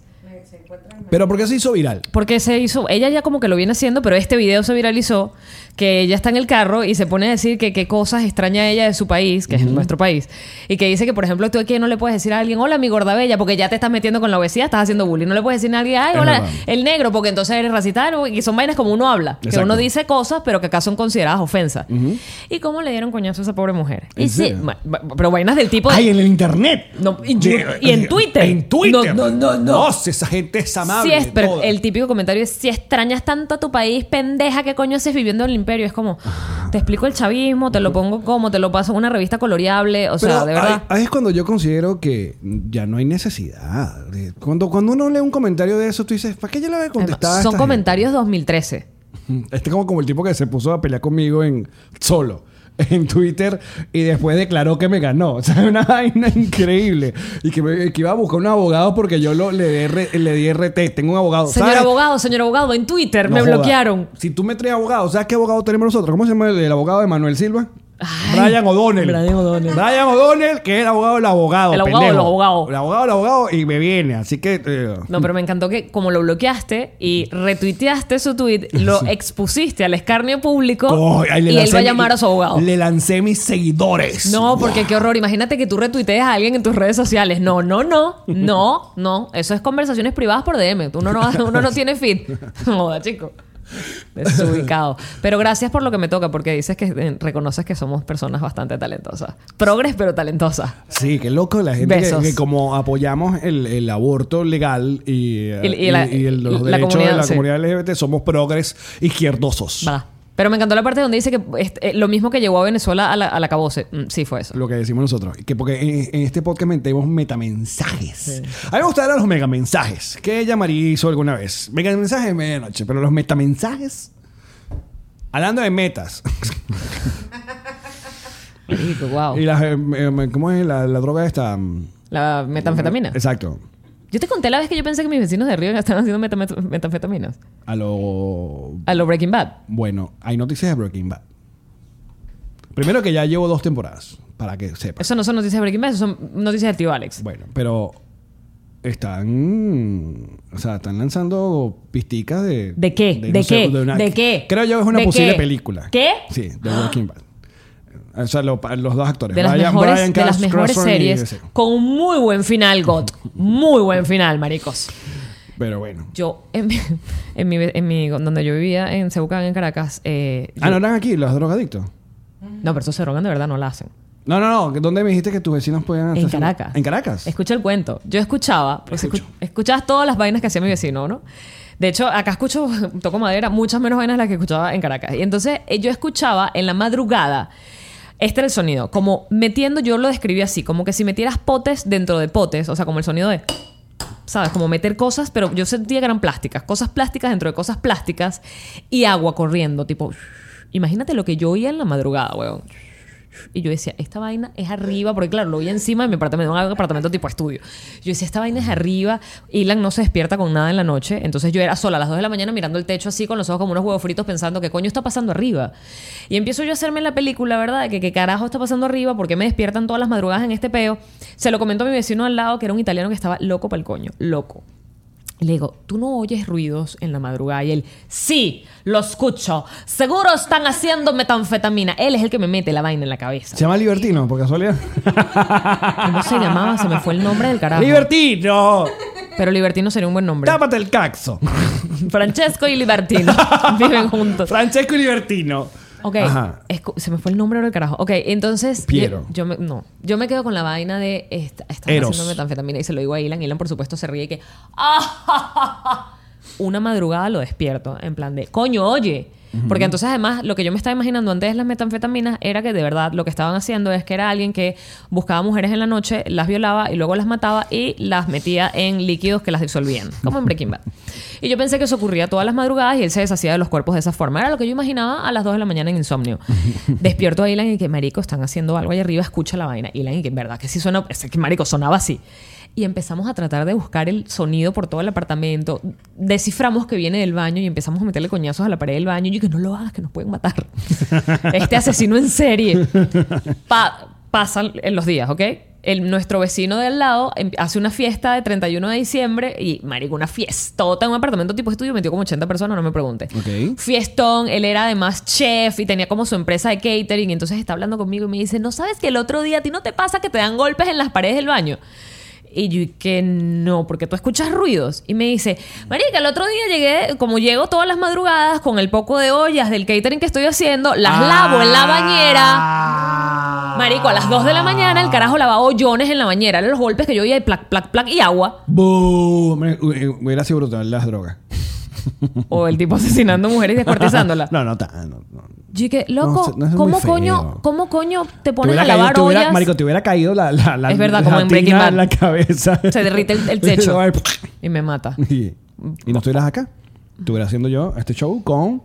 Pero ¿por qué se hizo viral? Porque se hizo, ella ya como que lo viene haciendo, pero este video se viralizó, que ella está en el carro y se pone a decir que qué cosas extraña ella de su país, que es nuestro país, y que dice que, por ejemplo, tú aquí no le puedes decir a alguien, hola mi gorda bella, porque ya te estás metiendo con la obesidad, estás haciendo bullying, no le puedes decir a alguien, ay, Es hola verdad. el negro, porque entonces eres racista, ¿no? y son vainas como uno habla, que Exacto. uno dice cosas, pero que acá son consideradas ofensas. ¿Y cómo le dieron coñazo a esa pobre mujer? ¿En Y sí, serio? ma- ma- pero vainas del tipo... de- Ay, en el internet. Pues, No, y yo- y en Twitter. En Twitter. No, no, no, no. Dios, esa gente es amable. Sí es, pero toda. el típico comentario es, si extrañas tanto a tu país, pendeja, ¿qué coño haces viviendo en el imperio? Es como, te explico el chavismo, te lo pongo como, te lo paso en una revista coloreable, o sea, Pero de verdad. ahí- ahí es cuando yo considero que ya no hay necesidad. De- Cuando, cuando uno lee un comentario de eso, tú dices, ¿para qué yo le voy a Además, contestar? a son esta comentarios 2013. gente?" Este es como, como el tipo que se puso a pelear conmigo en solo. En Twitter y después declaró que me ganó. O sea, una vaina increíble. Y que, me- que iba a buscar un abogado porque yo lo, le, di R- le di RT. Tengo un abogado. Señor ¿sabes? abogado, señor abogado, en Twitter No me joda. bloquearon. Si tú me traes abogado, ¿sabes qué abogado tenemos nosotros? ¿Cómo se llama el, el abogado de Manuel Silva? Ay, Brian O'Donnell. Brian O'Donnell. Brian O'Donnell, que es el abogado del abogado. El abogado pendejo. del abogado. El abogado del abogado y me viene. Así que. eh, No, pero me encantó que como lo bloqueaste y retuiteaste su tweet, lo expusiste al escarnio público oh, ay, le y él lancé va a mi- llamar a su abogado. Le lancé mis seguidores. No, porque qué horror. Imagínate que tú retuitees a alguien en tus redes sociales. No, no, no. No, no. Eso es conversaciones privadas por DM. Uno no, uno no tiene feed. Joda, chico. Desubicado. Pero gracias por lo que me toca, porque dices que eh, reconoces que somos personas bastante talentosas. Progres, pero talentosas. Sí, qué loco la gente que, Besos. que como apoyamos el, el aborto legal y, eh, Y- y la- y el- los la derechos de comunidad, la sí. comunidad LGBT somos progres izquierdosos. Va. Pero me encantó la parte donde dice que este, eh, lo mismo que llevó a Venezuela a la, a la caboce. Mm, sí, fue eso. Lo que decimos nosotros. Que porque en, en este podcast metemos metamensajes. A mí me gustaron los megamensajes. Que ella María hizo alguna vez. Megamensajes medianoche. Pero los metamensajes. Hablando de metas. Rico, wow. Y las. eh, eh, ¿Cómo es la, la droga esta? La metanfetamina. Exacto. Yo te conté la vez que yo pensé que mis vecinos de Río estaban haciendo metamet- metanfetaminas. A lo. A lo Breaking Bad. Bueno, hay noticias de Breaking Bad. Primero que ya llevo dos temporadas, para que sepas. Eso no son noticias de Breaking Bad, eso son noticias del tío Alex. Bueno, pero están. O sea, están lanzando pisticas de. ¿De qué? ¿De qué? ¿De qué? Creo yo es una ¿De posible qué? película. ¿Qué? Sí, de Breaking Bad. O sea, lo- los dos actores. De las Bryan- mejores, Bryan de las Cras- mejores Cranston y- series. sí. Con un muy buen final, God. Muy buen final, maricos. Pero bueno. Yo, en mi, en mi, en mi- donde yo vivía, en Cebucán, en Caracas. eh, Ah, yo- no eran aquí, los drogadictos. No, pero esos se rogan de verdad, no la hacen. No, no, no. ¿Dónde me dijiste que tus vecinos podían En hacer- Caracas. En Caracas. Escucha el cuento. Yo escuchaba, porque escu- escuchabas todas las vainas que hacía mi vecino, ¿no? De hecho, acá escucho, toco madera, muchas menos vainas de las que escuchaba en Caracas. Y entonces eh, yo escuchaba en la madrugada, este era el sonido, como metiendo, yo lo describí así, como que si metieras potes dentro de potes, o sea, como el sonido de... ¿Sabes? Como meter cosas, pero yo sentía que eran plásticas. Cosas plásticas dentro de cosas plásticas y agua corriendo, tipo... Imagínate lo que yo oía en la madrugada, weón. Y yo decía, esta vaina es arriba, porque claro, lo vi encima de mi apartamento, un apartamento tipo estudio. Yo decía, esta vaina es arriba. Ilan no se despierta con nada en la noche. Entonces yo era sola a las 2 de la mañana mirando el techo así con los ojos como unos huevos fritos pensando, ¿qué coño está pasando arriba? Y empiezo yo a hacerme la película, ¿verdad? De que qué carajo está pasando arriba, porque me despiertan todas las madrugadas en este peo. Se lo comento a mi vecino al lado, que era un italiano que estaba loco para el coño, loco. Y le digo, ¿tú no oyes ruidos en la madrugada? Y él, sí, lo escucho. Seguro están haciendo metanfetamina. Él es el que me mete la vaina en la cabeza. Se llama Libertino, por casualidad. ¿Cómo se llamaba? Se me fue el nombre del carajo. ¡Libertino! Pero Libertino sería un buen nombre. ¡Tápate el caxo! Francesco y Libertino viven juntos. Francesco y Libertino. Ok, Ajá. escu- se me fue el nombre ahora el carajo. Ok, entonces. Piero. Yo, yo me, no, yo me quedo con la vaina de. Esta, están Eros. haciendo metanfetamina y se lo digo a Ilan. Ilan, por supuesto, se ríe y que. "Ah, Una madrugada lo despierto, en plan de. Coño, oye. Porque entonces, además, lo que yo me estaba imaginando antes de las metanfetaminas era que de verdad lo que estaban haciendo es que era alguien que buscaba mujeres en la noche, las violaba y luego las mataba y las metía en líquidos que las disolvían, como en Breaking Bad. Y yo pensé que eso ocurría todas las madrugadas y él se deshacía de los cuerpos de esa forma. Era lo que yo imaginaba a las 2 de la mañana en insomnio. Despierto a Ilan y que, marico, están haciendo algo allá arriba, escucha la vaina. Ilan y que, en verdad, que sí suena, es que, marico, sonaba así. Y empezamos a tratar de buscar el sonido por todo el apartamento. Desciframos que viene del baño y empezamos a meterle coñazos a la pared del baño. Y yo que no lo hagas, que nos pueden matar. este asesino en serie. Pa- pasan en los días, ¿ok? El, nuestro vecino de al lado em- hace una fiesta de 31 de diciembre y, marico, una fiestota en un apartamento tipo estudio, metió como 80 personas, no me pregunte. Ok. Fiestón, él era además chef y tenía como su empresa de catering. Y entonces está hablando conmigo y me dice: No sabes que el otro día a ti no te pasa que te dan golpes en las paredes del baño. Y yo, "¿Y que no, porque tú escuchas ruidos. Y me dice, Marica, el otro día llegué, como llego todas las madrugadas con el poco de ollas del catering que estoy haciendo, las Ah. lavo en la bañera. Marico, a las 2 de la mañana el carajo lavaba hoyones en la bañera. Eran los golpes que yo oía y plac, plac, plac y agua. ¡Boom! Me- hu- Hubiera sido brutal las drogas. O el tipo asesinando mujeres y descuartizándolas. No, no, ta- no, no. Yo dije, loco, No, no es muy ¿cómo, feo. coño, ¿cómo coño te Te pones hubiera a lavar te hubiera- ollas? Marico, te hubiera caído la, la, la- Es verdad, la como en tina Breaking Bad. en la cabeza. Se derrite el- el techo. No, Y me mata. y, y no estuvieras acá. Estuviera haciendo yo este show con...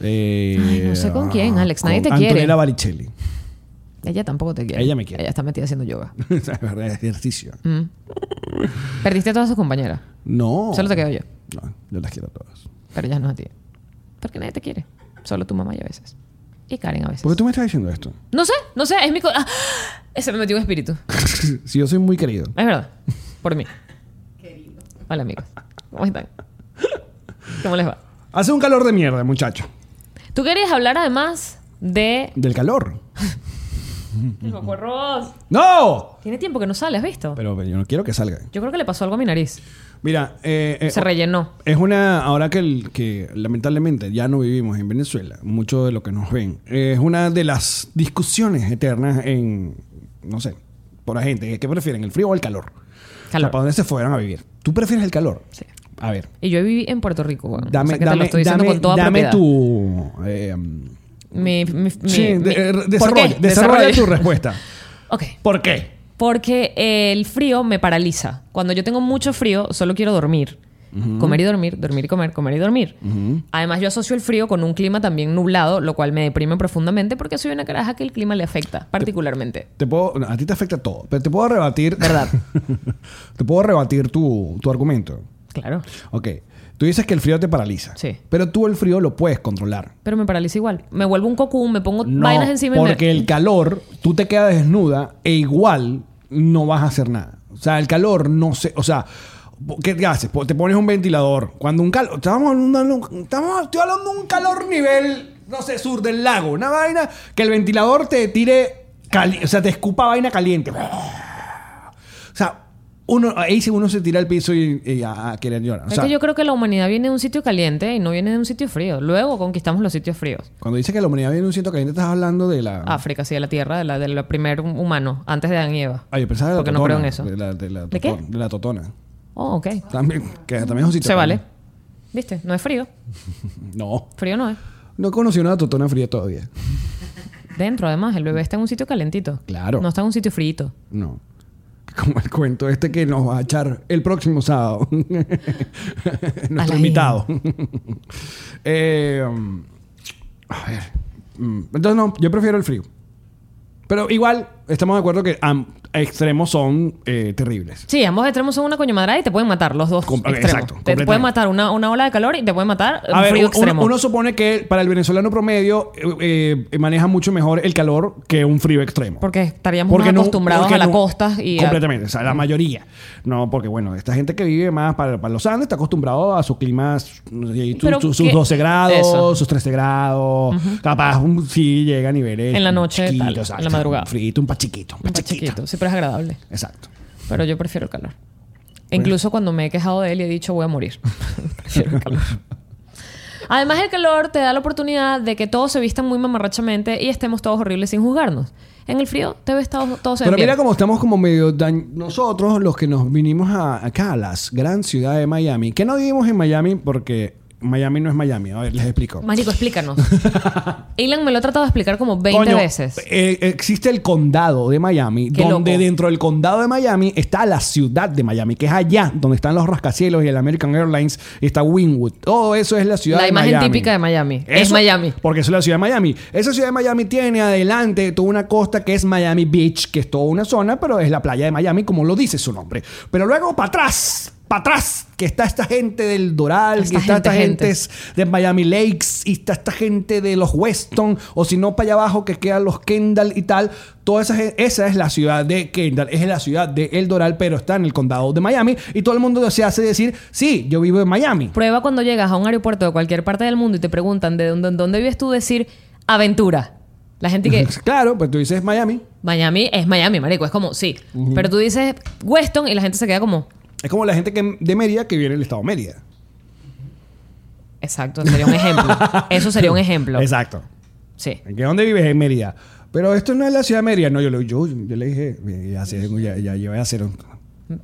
eh, Ay, no sé con quién, Alex, nadie te quiere. Antonella Baricelli. Ella tampoco te quiere. Ella me quiere. Ella está metida haciendo yoga. Es verdad, ejercicio. Perdiste a todas sus compañeras. No. Solo te quedo yo. No, yo las quiero a todas. Pero ya no es a ti. Porque nadie te quiere. Solo tu mamá y a veces. Y Karen a veces. ¿Por qué tú me estás diciendo esto? No sé, no sé. Es mi... co- Ah, ese me metió un espíritu. si yo soy muy querido. Es verdad. Por mí. Hola, amigos. ¿Cómo están? ¿Cómo les va? Hace un calor de mierda, muchacho. Tú querías hablar además de... Del calor. El Coco Ross. ¡No! Tiene tiempo que no sale, ¿has visto? Pero yo no quiero que salga. Yo creo que le pasó algo a mi nariz. Mira, eh, eh, Se rellenó. es una. Ahora que, el- que lamentablemente ya no vivimos en Venezuela, mucho de lo que nos ven, eh, es una de las discusiones eternas en. No sé, por la gente. ¿Qué prefieren, el frío o el calor? Calor. ¿Para dónde se fueran a vivir? ¿Tú prefieres el calor? Sí. A ver, Y yo viví en Puerto Rico, weón. dame, o sea que te dame, lo estoy diciendo dame, con toda dame propiedad. tu. eh, Mi, mi, sí, mi- de- mi- eh, ¿Por desarrolla, qué? desarrolla Desarrolla. tu respuesta. Ok. eh, ¿Por qué? Porque el frío me paraliza. Cuando yo tengo mucho frío, solo quiero dormir. Comer y dormir, dormir y comer, comer y dormir. Además, yo asocio el frío con un clima también nublado, lo cual me deprime profundamente porque soy una caraja que el clima le afecta particularmente. Te puedo, no, a ti te afecta todo, pero te puedo rebatir. ¿Verdad? te puedo rebatir tu, tu argumento. Claro. Ok. Tú dices que el frío te paraliza. Sí. Pero tú el frío lo puedes controlar. Pero me paraliza igual. Me vuelvo un cocún, me pongo No, vainas encima y me- porque el calor, tú te quedas desnuda e igual no vas a hacer nada. O sea, el calor no se... O sea, ¿qué qué haces? Po- Te pones un ventilador. Cuando un calor... Estamos hablando, estamos, estoy hablando de un calor nivel, no sé, sur del lago. Una vaina que el ventilador te tire... cali- o sea, te escupa vaina caliente. O sea, uno, ahí sí uno se tira al piso y, y a, a querer llorar. O Es sea, que yo creo que la humanidad viene de un sitio caliente y no viene de un sitio frío. Luego conquistamos los sitios fríos. cuando dices que la humanidad viene de un ciento caliente, estás hablando de la... África, sí, de la tierra, de la, del primer humano, antes de Adán y Eva. Ah, yo pensaba de la Porque no totona. creo en eso. De la, de la ¿De qué? totona- de la totona. Oh, ok. También, que también es un sitio. Se vale. caliente. ¿Viste? No es frío. No. Frío no es. No he conocido una totona fría todavía. Dentro, además, el bebé está en un sitio calentito. Claro. No está en un sitio frío. No. Como el cuento este que nos va a echar el próximo sábado. Nuestro Alain. invitado. Eh, um, a ver. Mm, Entonces, no, yo prefiero el frío. Pero igual, estamos de acuerdo que am- extremos son eh, terribles. Sí, ambos extremos son una coñamadra y te pueden matar los dos Com- extremos. exacto, te completamente. pueden matar una, una ola de calor y te pueden matar un A ver, frío un- uno, extremo. uno supone que para el venezolano promedio eh, eh, maneja mucho mejor el calor que un frío extremo. Porque estaríamos más no- acostumbrados porque a la no- costa y a- Completamente, o sea, la mayoría. No, porque bueno, esta gente que vive más para, para los Andes está acostumbrado a sus climas, no sé, su- Pero su- sus que- 12 grados, Eso. sus 13 grados. Capaz um, sí llega a niveles. En la noche, chiquitos, tal, ¿sabes? en la madrugada. Un frito, un pachiquito, un Un pachiquito. chiquito. Sí, pero es agradable. Exacto. Pero yo prefiero el calor. E Incluso cuando me he quejado de él y he dicho voy a morir. prefiero el calor. Además, el calor te da la oportunidad de que todos se vistan muy mamarrachamente y estemos todos horribles sin juzgarnos. En el frío te ves todo- todos en Pero bien. mira cómo estamos como medio dañ- nosotros los que nos vinimos a, acá a la gran ciudad de Miami, que no vivimos en Miami porque Miami no es Miami. A ver, les explico. Marico, explícanos. Elon me lo ha tratado de explicar como 20 Coño, veces. eh, existe el condado de Miami, Qué donde loco. dentro del condado de Miami está la ciudad de Miami, que es allá donde están los rascacielos y el American Airlines y está Wynwood. Todo eso es la ciudad La de Miami. imagen típica de Miami. Es Miami. Porque eso es la ciudad de Miami. Esa ciudad de Miami tiene adelante toda una costa que es Miami Beach, que es toda una zona, pero es la playa de Miami, como lo dice su nombre. Pero luego para atrás. Para atrás, que está esta gente del Doral, Esta que está gente, esta gente, gente. de Miami Lakes y está esta gente de los Weston o si no para allá abajo que quedan los Kendall y tal. Toda esa, gen- esa es la ciudad de Kendall, es la ciudad de El Doral, pero está en el condado de Miami y todo el mundo se hace decir, sí, yo vivo en Miami. Prueba cuando llegas a un aeropuerto de cualquier parte del mundo y te preguntan de dónde, dónde vives tú decir aventura. La gente que Claro, pues tú dices Miami. Miami es Miami, marico. Es como, sí. Pero tú dices Weston y la gente se queda como, Es como la gente que, de Mérida que viene del estado de Mérida. exacto, sería un ejemplo. Eso sería un ejemplo. Exacto. Sí. ¿En qué dónde vives? En Mérida. Pero esto no es la ciudad de Mérida. No, yo, le- yo, yo le dije, ya, sé, ya, ya, ya voy a hacer un...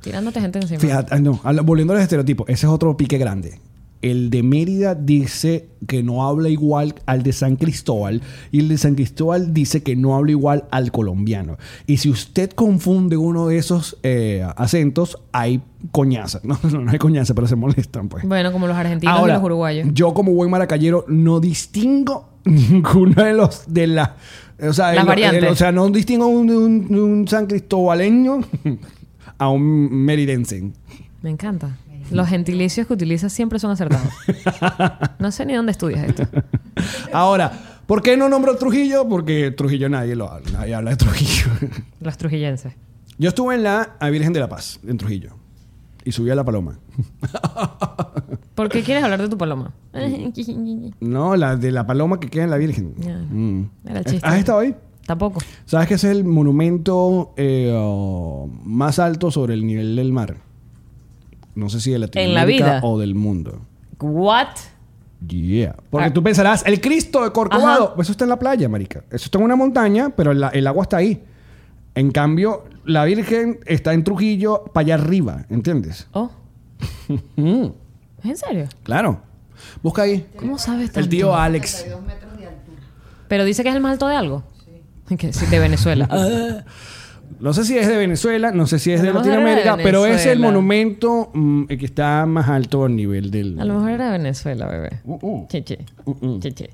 Tirándote gente encima. Fíjate, ah, no, habla- volviendo a los estereotipos, ese es otro pique grande. El de Mérida dice que no habla igual al de San Cristóbal y el de San Cristóbal dice que no habla igual al colombiano. Y si usted confunde uno de esos eh, acentos, hay coñaza. No, no, no hay coñaza, pero se molestan pues. Bueno, como los argentinos y los uruguayos. Yo como buen maracayero no distingo ninguno de los de la, o sea, de Las lo- de variantes. lo- o sea, no distingo un, un, un san cristobaleño a un meridense. Me encanta. Los gentilicios que utilizas siempre son acertados. No sé ni dónde estudias esto. Ahora, ¿por qué no nombro a Trujillo? Porque Trujillo nadie lo habla, nadie habla de Trujillo. Los trujillenses. Yo estuve en la a Virgen de la Paz, en Trujillo. Y subí a la paloma. ¿Por qué quieres hablar de tu paloma? No, la de la paloma que queda en la Virgen. Ya. Mm. Era el chiste. ¿Has estado ahí? Tampoco. ¿Sabes que ese es el monumento eh, oh, más alto sobre el nivel del mar? No sé si de Latinoamérica vida? o del mundo. What? Yeah. Porque Ah. tú pensarás, el Cristo de Corcovado. Ajá. Pues Eso está en la playa, marica. Eso está en una montaña, pero la- el agua está ahí. En cambio, la Virgen está en Trujillo, para allá arriba. ¿Entiendes? Oh. Mm. ¿Es en serio? Claro. Busca ahí. ¿Cómo sabes tanto? El tío Alex. Pero dice que es el más alto de algo. Que sí, de Venezuela. No sé si es de Venezuela, no sé si es A de lo mejor era de Latinoamérica, pero es el Venezuela. monumento mm, que está más alto a nivel del. A lo mejor era Venezuela, bebé. Uh, uh. Cheche. Cheche.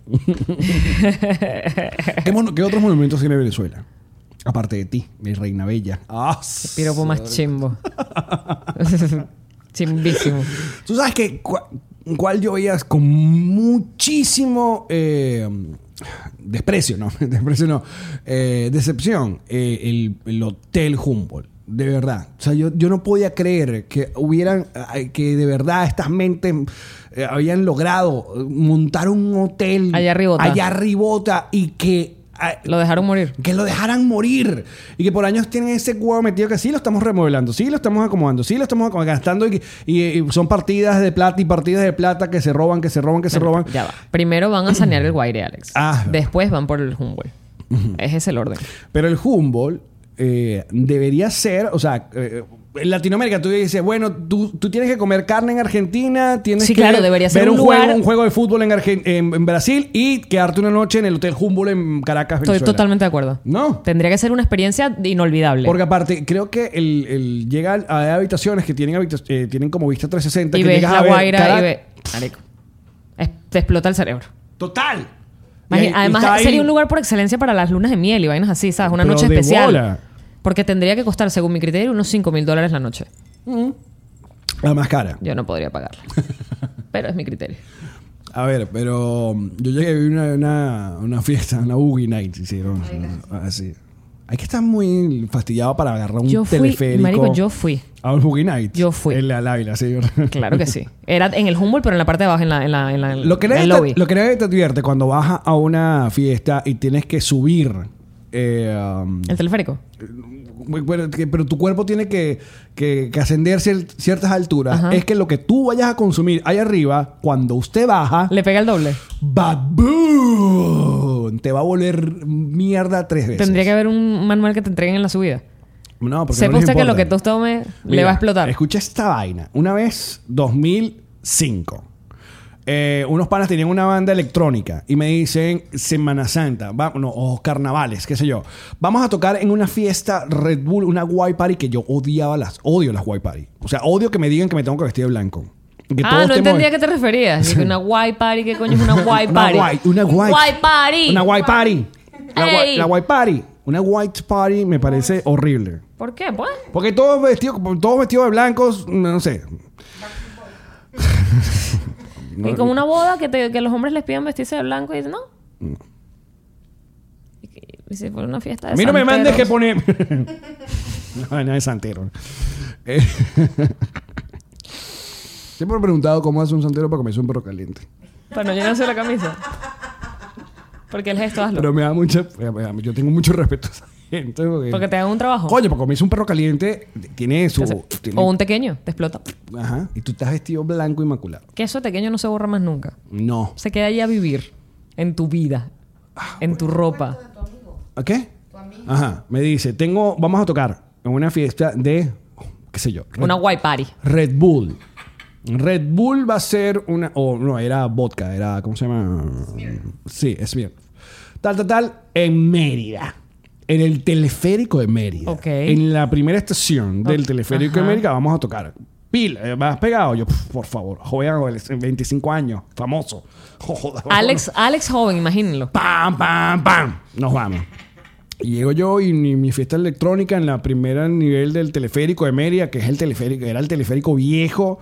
¿Qué, mon- qué otros monumentos tiene Venezuela? Aparte de ti, mi reina bella. Ah, Piropo más chimbo. Chimbísimo. Tú sabes que cua- cuál yo veía con muchísimo eh, desprecio, no, desprecio no, eh, decepción, eh, el, el Hotel Humboldt. De verdad. O sea, yo, yo no podía creer que hubieran, ay, que de verdad estas mentes eh, habían logrado eh, montar un hotel. Allá arribota. Allá arribota y que. ah, Lo dejaron morir. que lo dejaran morir. Y que por años tienen ese huevo metido que sí lo estamos remodelando, sí lo estamos acomodando, sí lo estamos acom- gastando. Y, y- y son partidas de plata y partidas de plata que se roban, que se roban, que se roban. Ya va. Primero van a sanear el Guaire, Alex. Ah. Después van por el Humboldt. Ese es el orden. Pero el Humboldt eh, debería ser, o sea, eh, en Latinoamérica tú dices, bueno, tú, tú tienes que comer carne en Argentina, tienes Sí, que claro, debería ser ver un, un lugar- juego, un juego de fútbol en, Argen- en- en Brasil y quedarte una noche en el Hotel Humboldt en Caracas, Estoy Venezuela. totalmente de acuerdo. No. Tendría que ser una experiencia inolvidable. Porque aparte, creo que el, el llega a hay habitaciones que tienen, habita- eh, tienen como vista 360. y que ves llegas la a ver Guaira Caracas. y ves. Marico. Es- te explota el cerebro. ¡Total! Imagina- Y ahí- Además, está ahí- sería un lugar por excelencia para las lunas de miel y vainas así, ¿sabes? Una Pero noche de especial. bola. Porque tendría que costar, según mi criterio, unos 5 mil dólares la noche. Mm. La más cara. Yo no podría pagarla. Pero es mi criterio. A ver, pero um, yo llegué a vivir una, una, una fiesta, una boogie night, hicieron. Así. Hay que estar muy fastidiado para agarrar un Yo fui, teleférico. marico, yo fui. A un boogie night. Yo fui. En la Ávila, sí. Claro que sí. Era en el Humboldt, pero en la parte de abajo, en, la, en, la, en, la- Lo que, en nadie el lobby. te, lo que nadie te advierte cuando vas a una fiesta y tienes que subir. eh, um, El teleférico. Muy bueno, que- pero tu cuerpo tiene que, que- que ascender cier- ciertas alturas. Ajá. Es que lo que tú vayas a consumir ahí arriba, cuando usted baja, Le pega el doble. ¡baboom! Te va a volver mierda tres veces. Tendría que haber un manual que te entreguen en la subida. No, porque Sepa no les usted que importa. lo que tú tomes le Mira, va a explotar. Escucha esta vaina. Una vez, 2005. eh, unos panas tenían una banda electrónica y me dicen Semana Santa va- no, o carnavales, qué sé yo. Vamos a tocar en una fiesta Red Bull, una white party que yo odiaba las, odio las white party. O sea, odio que me digan que me tengo que vestir de blanco. Que Ah, todos no estemos- entendía a qué te referías. Dije, una guay party. ¿Qué coño es una guay Una party? white, una white, party. Una white party. La, Ey. white- la white party. Una white party me parece horrible. ¿Por qué? Pues. Porque todos vestidos, todos vestidos de blancos, no sé. y como una boda que, te- que los hombres les pidan vestirse de blanco y dicen, no. Y que- Y se fue una fiesta de Mm. A mí no me mandes que santeros. poner. no, no es santero. Eh, Siempre me he preguntado cómo hace un santero para comerse un perro caliente. Para no llenarse la camisa. Porque el gesto hazlo. Pero me da mucha. me da- Yo tengo mucho respeto a esa gente. Porque, Porque te dan un trabajo. Coño, para comerse un perro caliente tiene su. tiene- o un pequeño, te explota. Ajá. Y tú estás vestido blanco inmaculado. Que eso pequeño no se borra más nunca. No. Se queda ahí a vivir. En tu vida. Ah, En tu ropa. ¿A qué? Ajá. Me dice, tengo, vamos a tocar en una fiesta de, qué sé yo, Red, Una guay party. Red Bull. Red Bull va a ser una, o no, era vodka, era, ¿cómo se llama? Sí, es bien. Tal, tal, tal, en Mérida. En el teleférico de Mérida. Ok. En la primera estación del teleférico de ajá. Mérida vamos a tocar. Pila, eh, ¿vas pegado? Yo, "Pf, por favor, joven, adolescente, 25 años, famoso. Joder, Alex, Alex joven, imagínenlo. ¡Pam, pam, pam! Nos vamos. Y llego yo y mi, mi fiesta electrónica en la primera nivel del teleférico de Mérida, que es el teleférico, era el teleférico viejo,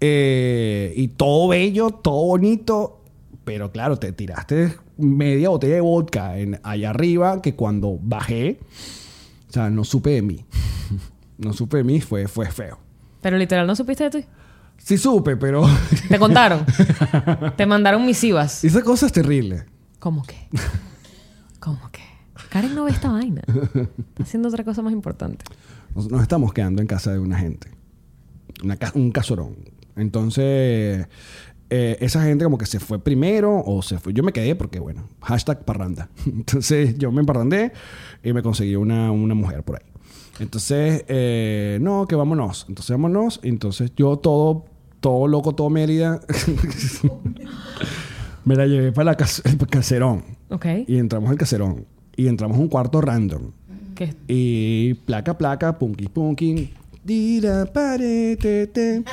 eh, y todo bello, todo bonito, pero claro, te tiraste media botella de vodka en, allá arriba, que cuando bajé, o sea, no supe de mí. No supe de mí, fue, fue feo. Pero literal, ¿no supiste de ti? Sí supe, pero Te contaron. Te mandaron misivas. esa cosa es terrible. ¿Cómo que? ¿Cómo que? Karen no ve esta vaina. Está haciendo otra cosa más importante. Nos, nos estamos quedando en casa de una gente. Una ca- un casorón. Entonces, eh, esa gente como que se fue primero o se fue. Yo me quedé porque, bueno, hashtag parranda. Entonces, yo me emparrandé y me conseguí una, una mujer por ahí. Entonces, eh, no, que vámonos. Entonces, vámonos. Entonces, yo todo, todo loco, todo Mérida, me la llevé para la cas- el caserón. ¿Ok? Y entramos al caserón. Y entramos a un cuarto random. ¿Qué? Y placa, placa, punky, punky. Dira, pare, te, te.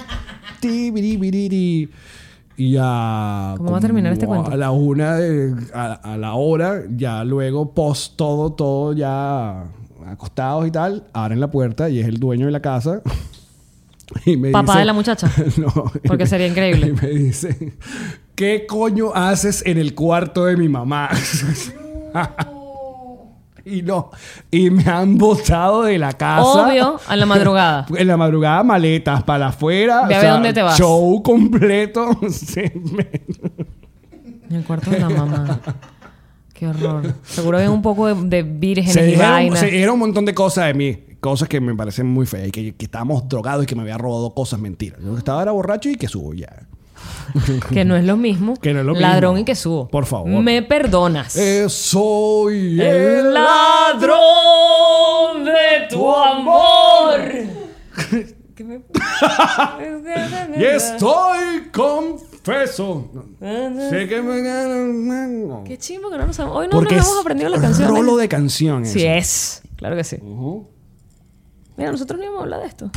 Tibiribiriri. Y a. ¿Cómo va a terminar este como cuento? A la una, de- a, a la hora, ya luego, post todo, todo ya acostados y tal, abren la puerta y es el dueño de la casa. Y me Papá dice- de la muchacha. no. Porque sería increíble. Y me dice, ¿qué coño haces en el cuarto de mi mamá? y no. Y me han botado de la casa. Obvio, a la madrugada. En la madrugada, maletas para afuera. Ve a ver dónde te vas. Show completo. Se me- En el cuarto de la mamá. Qué horror. Seguro ven un poco de, de vírgenes se y dijeron, vainas. se dijeron un montón de cosas de mí. Cosas que me parecen muy feas. Y que, que estábamos drogados y que me había robado cosas mentiras. Yo estaba era borracho y que subo ya. Que no es lo mismo. Que no es lo Ladrón mismo. y que subo. Por favor. Me perdonas. Eh, soy El el ladrón eh, de tu amor. Y estoy confeso. sé que me ganan. Qué chingo que no nos hemos... Hoy no nos hemos aprendido la canción. ¿eh? Rolo de canciones. Sí es. Claro que sí. Ujú. Mira, nosotros no íbamos a hablar de esto.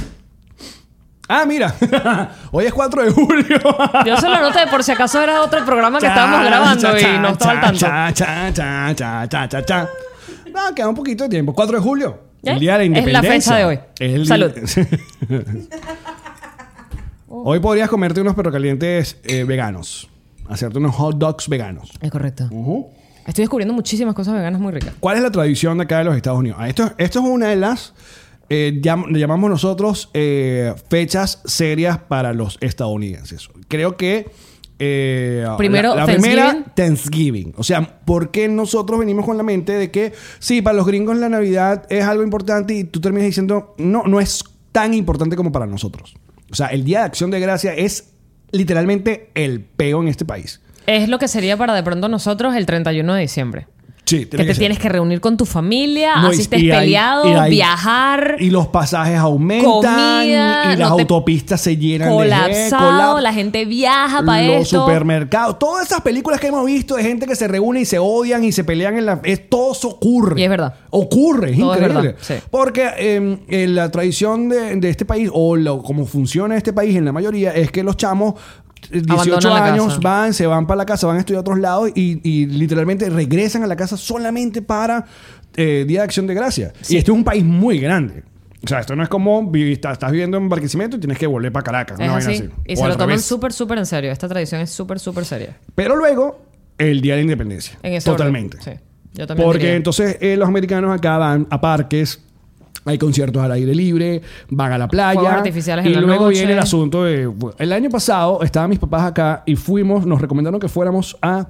Ah, mira. Hoy es 4 de julio. Yo se lo anoté por si acaso era otro programa que estábamos grabando y no estaba al tanto. Cha, cha, cha, cha, cha, cha, cha. No, queda un poquito de tiempo. 4 de julio. ¿Eh? El día de la Es la independencia. fecha de hoy. Es el- Salud. hoy podrías comerte unos perro calientes eh, veganos. Hacerte unos hot dogs veganos. Es correcto. Ujú. Estoy descubriendo muchísimas cosas veganas muy ricas. ¿Cuál es la tradición de acá de los Estados Unidos? Ah, Esto, esto es una de las, eh, llam- le llamamos nosotros, eh, fechas serias para los estadounidenses. Creo que... eh, Primero, la, la Thanksgiving. primera, Thanksgiving. O sea, ¿por qué nosotros venimos con la mente de que, sí, para los gringos la Navidad es algo importante y tú terminas diciendo, no, no es tan importante como para nosotros? O sea, el Día de Acción de Gracia es literalmente el peo en este país. Es lo que sería para de pronto nosotros el 31 de diciembre. Sí, Que te tienes que reunir con tu familia, No, y- así estés y ahí- peleado, y ahí- viajar, Y los pasajes aumentan. Comida, y las no te- autopistas se llenan de gente, colapsado, colap- la gente viaja para los esto. supermercados. Todas esas películas que hemos visto de gente que se reúne y se odian y se pelean en la. Es, todo eso ocurre. Y es verdad. Ocurre, es Todo es increíble. verdad, sí. Porque eh, en la tradición de, de este país, o lo- como funciona este país en la mayoría, es que los chamos. eh, 18 Abandonan la años casa. van, se van para la casa, van a estudiar a otros lados y, y literalmente regresan a la casa solamente para eh, Día de Acción de Gracia. Y este es un país muy grande. O sea, esto no es como vivir- estás estás viviendo en Barquisimeto y tienes que volver para Caracas. Es una vaina así. así. Y O se al lo toman revés. súper, súper en serio. Esta tradición es súper, súper seria. Pero luego, el Día de la Independencia. En ese Totalmente. orden. Sí. Yo también. Porque diría. entonces eh, los americanos acá van a parques, hay conciertos al aire libre, van a la Fuegos playa. artificiales y en la luego noche. viene el asunto de. El año pasado estaban mis papás acá y fuimos, nos recomendaron que fuéramos a.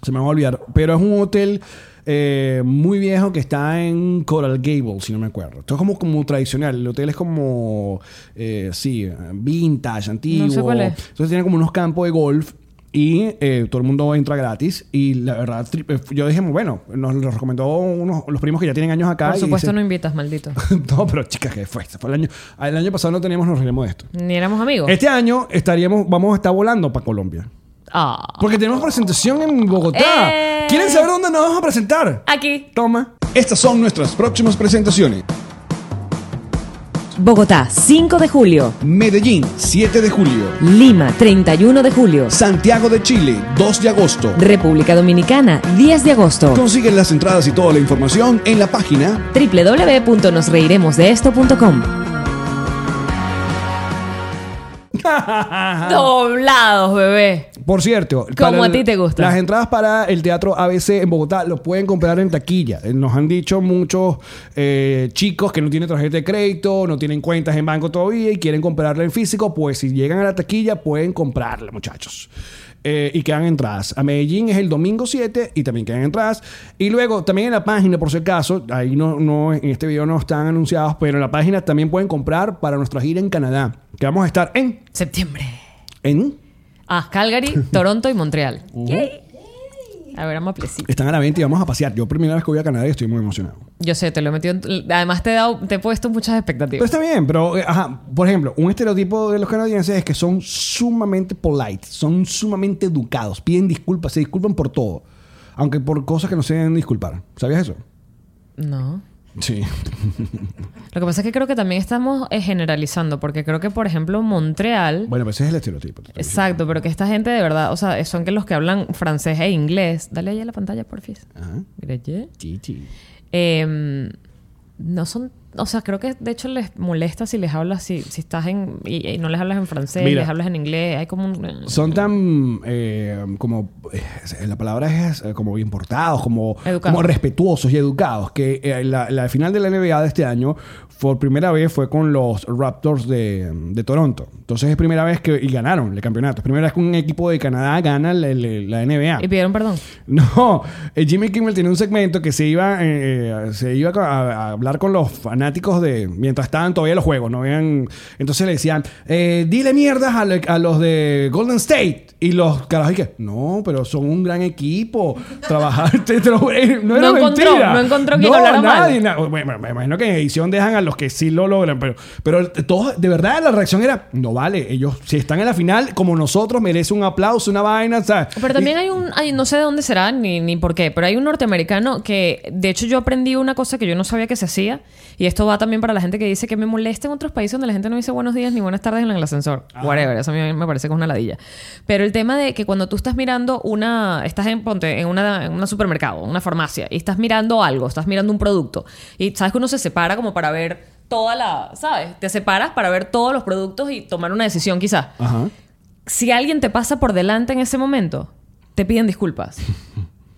Se me va a olvidar, pero es un hotel. eh, muy viejo que está en Coral Gables, si no me acuerdo. Esto es como, como tradicional. El hotel es como, eh, sí, vintage, antiguo. No sé cuál es. Entonces tiene como unos campos de golf y eh, todo el mundo entra gratis. Y la verdad, tri- eh, yo dije, bueno, nos lo recomendó unos, los primos que ya tienen años acá. Por y supuesto no dice- invitas, maldito. no, pero chicas, ¿qué fue? Esto fue el año, ah, el año pasado no teníamos, nos reiremos de esto. Ni éramos amigos. Este año estaríamos, vamos a estar volando para Colombia. Ah. Porque tenemos presentación en Bogotá. ¡Eh! ¿Quieren saber dónde nos vamos a presentar? Aquí. Toma. Estas son nuestras próximas presentaciones. Bogotá, 5 de julio. Medellín, 7 de julio. Lima, 31 de julio. Santiago de Chile, 2 de agosto. República Dominicana, 10 de agosto. Consiguen las entradas y toda la información en la página www.nosreiremosdeesto.com Doblados, bebé. Por cierto, Como para a el- ti te gusta. Las entradas para el teatro ABC en Bogotá lo pueden comprar en taquilla. Eh, Nos han dicho muchos eh, chicos que no tienen tarjeta de crédito, no tienen cuentas en banco todavía y quieren comprarla en físico, pues si llegan a la taquilla pueden comprarla, muchachos. Eh, y quedan entradas. A Medellín es el domingo 7 y también quedan entradas. Y luego también en la página, por si acaso, ahí no, no, en este video no están anunciados, pero en la página también pueden comprar para nuestra gira en Canadá, que vamos a estar en... Septiembre. en Ah, Calgary, Toronto y Montreal. Yay. A ver, amaplecito. Están a la venta y vamos a pasear. Yo primera vez que voy a Canadá y estoy muy emocionado. Yo sé, te lo he metido. en- Además, te he, dado, te he puesto muchas Pero expectativas. está bien, pero, eh, ajá, por ejemplo, un estereotipo de los canadienses es que son sumamente polite, son sumamente educados, piden disculpas, se disculpan por todo, aunque por cosas que no se deben disculpar. ¿Sabías eso? No. Sí. Lo que pasa es que creo que también estamos eh, generalizando, porque creo que, por ejemplo, Montreal. Bueno, pero ese es el estereotipo. te estoy diciendo. Exacto, pero que esta gente de verdad, o sea, son que los que hablan francés e inglés. Dale ahí a la pantalla, porfis. Ajá. Gracias. Sí, sí. Eh, no son, o sea, creo que de hecho les molesta si les hablas, si, si estás en, y, y no les hablas en francés, Mira. les hablas en inglés, hay como un... Son tan eh, como eh, la palabra es eh, como importados, como, Educados. como respetuosos y educados. Que eh, la, la final de la NBA de este año por primera vez fue con los Raptors de, de Toronto. Entonces es primera vez que y ganaron el campeonato. Es primera vez que un equipo de Canadá gana el- el- la NBA. Y pidieron perdón. No, eh, Jimmy Kimmel tenía un segmento que se iba, eh, se iba a, a hablar con los fanáticos de mientras estaban todavía los juegos, no vean. Entonces le decían, eh, dile mierdas a, lo- a los de Golden State y los carajos y que no, pero son un gran equipo, trabajar, te- te lo- eh, no era No encontró, mentira, no encontró quien hablara mal. nadie, na- bueno, me imagino que en edición dejan a los que sí lo logran, pero, pero todos, de verdad la reacción era, no vale, ellos si están en la final como nosotros merece un aplauso, una vaina, ¿sabes? Pero también hay un, hay- no sé de dónde será ni, ni por qué, pero hay un norteamericano que, de hecho, yo aprendí una cosa que yo no sabía que se hacía, y esto va también para la gente que dice que me molesta en otros países donde la gente no dice buenos días ni buenas tardes en el ascensor. Whatever, eso a mí me parece que es una ladilla. Pero el tema de que cuando tú estás mirando una, estás en, ponte, en una, en un supermercado, una farmacia, y estás mirando algo, estás mirando un producto, y sabes que uno se separa como para ver toda la, ¿sabes? Te separas para ver todos los productos y tomar una decisión quizás Ajá. si alguien te pasa por delante en ese momento, te piden disculpas.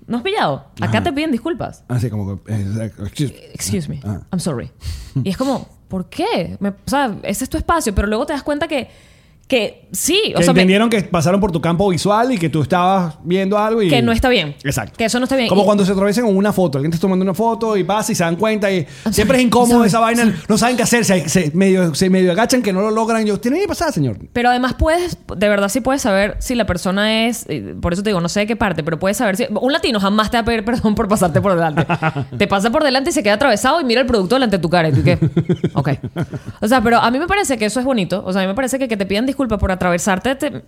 ¿No has pillado? Acá Ajá. te piden disculpas. Así como que. exacto. Excuse me, Ah. I'm sorry. Y es como, ¿por qué? Me- o sea, ese es tu espacio, pero luego te das cuenta que, que sí, o Que sea, me- entendieron que pasaron por tu campo visual y que tú estabas viendo algo y. que no está bien. Exacto. Que eso no está bien. Como Y- cuando se atraviesan con una foto. Alguien te está tomando una foto y pasa y se dan cuenta y siempre sorry, es incómodo sorry, esa vaina. No saben qué hacer. Se, se medio, se medio agachan que no lo logran. Yo, tienen que pasar, señor. Pero además puedes, de verdad sí puedes saber si la persona es, eh, por eso te digo, no sé de qué parte, pero puedes saber si... Un latino jamás te va a pedir perdón por pasarte por delante. te pasa por delante y se queda atravesado y mira el producto delante de tu cara. Y tú qué, ok. O sea, pero a mí me parece que eso es bonito. O sea, a mí me parece que que te pidan disculpas por atravesarte... te-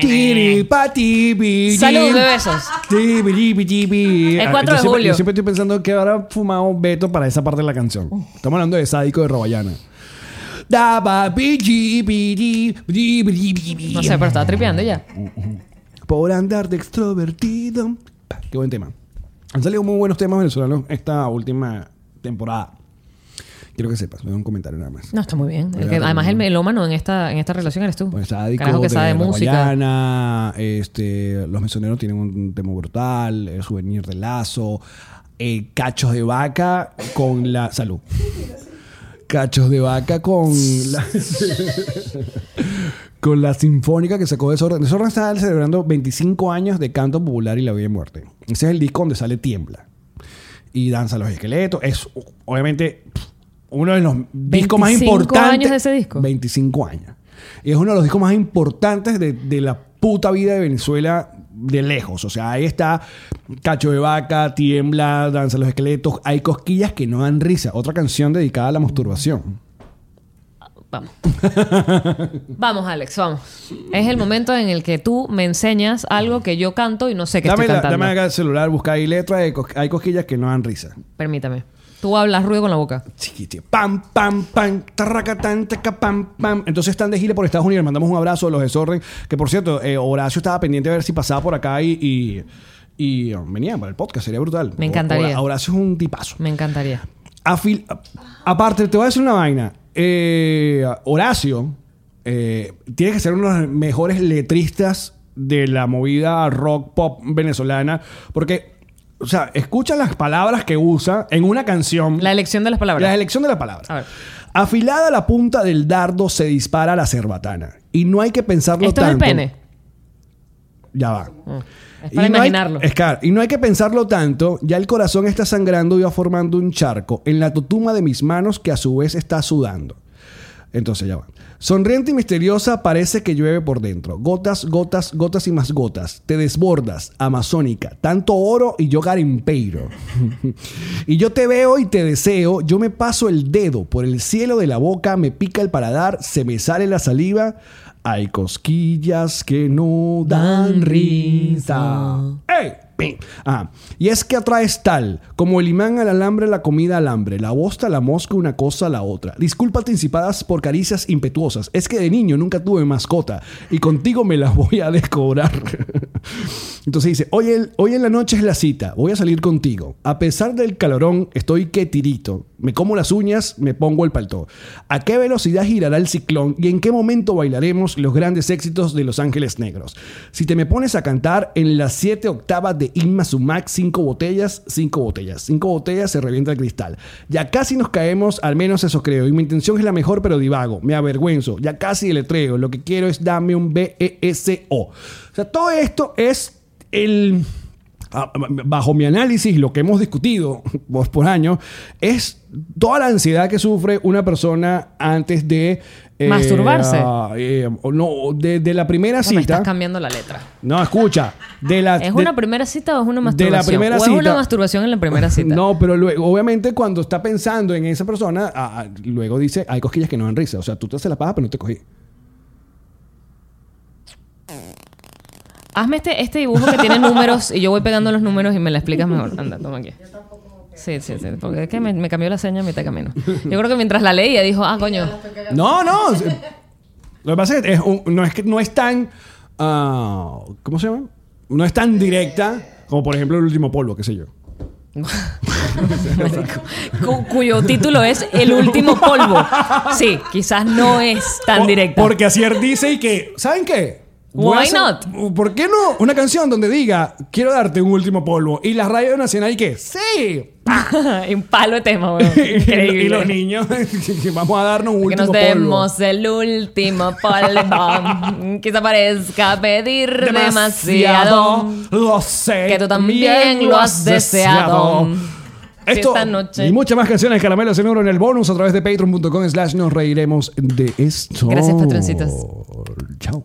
Tiripati, biri. Salud de besos. Tibiribiribi. El Ah, 4 yo de siempre- julio. Yo siempre estoy pensando que habrá fumado Beto para esa parte de la canción. Estamos hablando de Sádico de Robayana. Daba, biri, biri, biri, biri, biri. No sé, pero estaba tripeando ya. Por andar de extrovertido. Pa, Qué buen tema. Han salido muy buenos temas venezolanos esta última temporada. Quiero que sepas, no es un comentario nada más. No, está muy bien. El que- además el melómano en esta, en esta relación eres tú. Pues sádico, Carajo que de sabe de la música. Guayana, este, los mesoneros tienen un tema brutal, el souvenir de lazo, eh, cachos de vaca con la salud. Cachos de vaca con la con la sinfónica que sacó Desorden. Desorden está celebrando 25 años de canto popular y la vida y muerte. Ese es el disco donde sale Tiembla y Danza los esqueletos. Es obviamente pff, uno de los discos más 25 importantes. años de ese disco. 25 años. Y es uno de los discos más importantes de, de la puta vida de Venezuela de lejos. O sea, ahí está Cacho de Vaca, Tiembla, Danza los esqueletos. Hay cosquillas que no dan risa. Otra canción dedicada a la masturbación. Vamos. vamos, Alex, vamos. Es el momento en el que tú me enseñas algo que yo canto y no sé qué Dame, estoy la- cantando. dame acá el celular, busca ahí letras. de cos- Hay cosquillas que no dan risa. Permítame. Tú hablas ruido con la boca. Chiquiti. Pam, pam, pam, tarracatán, taca, pam, pam. Entonces están de gira por Estados Unidos. Les mandamos un abrazo a los desorden. Que por cierto, eh, Horacio estaba pendiente de ver si pasaba por acá y, y, y, oh, venía para el podcast. Sería brutal. Me encantaría. Hor- Horacio es un tipazo. Me encantaría. Afil- aparte, te voy a decir una vaina. Eh, Horacio eh, tiene que ser uno de los mejores letristas de la movida rock pop venezolana. Porque, o sea, escucha las palabras que usa en una canción. La elección de las palabras. La elección de la palabra. A ver. Afilada la punta del dardo se dispara la cerbatana. Y no hay que pensarlo Esto es el tanto. pene. Ya va. Es para Y no hay- imaginarlo. es claro, y no hay que pensarlo tanto, ya el corazón está sangrando y va formando un charco en la tutuma de mis manos que a su vez está sudando. Entonces ya va. Sonriente y misteriosa parece que llueve por dentro. Gotas, gotas, gotas y más gotas. Te desbordas, amazónica. Tanto oro y yo garimpeiro. y yo te veo y te deseo. Yo me paso el dedo por el cielo de la boca, me pica el paladar, se me sale la saliva. Hay cosquillas que no dan risa. ¡Ey! pim. Ajá. Y es que atraes tal, como el imán al alambre, la comida al hambre, la bosta a la mosca, una cosa a la otra. Discúlpate incipadas por caricias impetuosas. Es que de niño nunca tuve mascota y contigo me las voy a descobrar. Entonces dice, hoy, el- hoy en la noche es la cita, voy a salir contigo. A pesar del calorón, estoy que tirito. Me como las uñas, me pongo el paltó. ¿A qué velocidad girará el ciclón y en qué momento bailaremos los grandes éxitos de Los Ángeles Negros? Si te me pones a cantar en las siete octavas de Inma Sumac, cinco botellas, cinco botellas, cinco botellas, se revienta el cristal. Ya casi nos caemos, al menos eso creo. Y mi intención es la mejor, pero divago. Me avergüenzo. Ya casi deletreo. Lo que quiero es dame un B-E-S-O. O sea, todo esto es el... ah, Bajo mi análisis, lo que hemos discutido por, por años es toda la ansiedad que sufre una persona antes de... eh, Masturbarse. ah, eh, o no, o de, de la primera No, me estás cita. cambiando la letra. No, escucha. De la, ¿Es Ah, de- una primera cita o es una de masturbación? la primera ¿O cita. es una masturbación en la primera cita? No, pero luego, obviamente, cuando está pensando en esa persona, ah, ah, luego dice, hay cosquillas que no dan risa. O sea, tú te haces la paja, pero no te cogí. Hazme este, este dibujo que tiene números y yo voy pegando los números y me la explicas mejor. Anda, toma aquí. Sí, sí, sí. Porque es que me, me cambió la seña a mitad de camino. Yo creo que mientras la leía dijo, ah, coño. No, no. se- Lo que pasa es que es un- no, es que no es tan. ah, ¿Cómo se llama? No es tan directa como, por ejemplo, el último polvo, qué sé yo. Marico. Cu- cuyo título es El último polvo. Sí, quizás no es tan Por- directo. Porque Asier dice y que, ¿saben qué? Voy a Why hacer- not? ¿Por qué no? Una canción donde diga, quiero darte un último polvo. Y la radio nacional y que, sí. Y un palo de tema, weón. y, Increíble. y los niños, vamos a darnos un que último nos polvo. demos el último polvo. Quizá parezca pedir demasiado. Lo sé. Que tú también lo has deseado. Si Esto esta noche- y muchas más canciones Caramelo Cenuro en el bonus a través de patreon.com slash nos reiremos de esto. Gracias, patroncitos. Chao.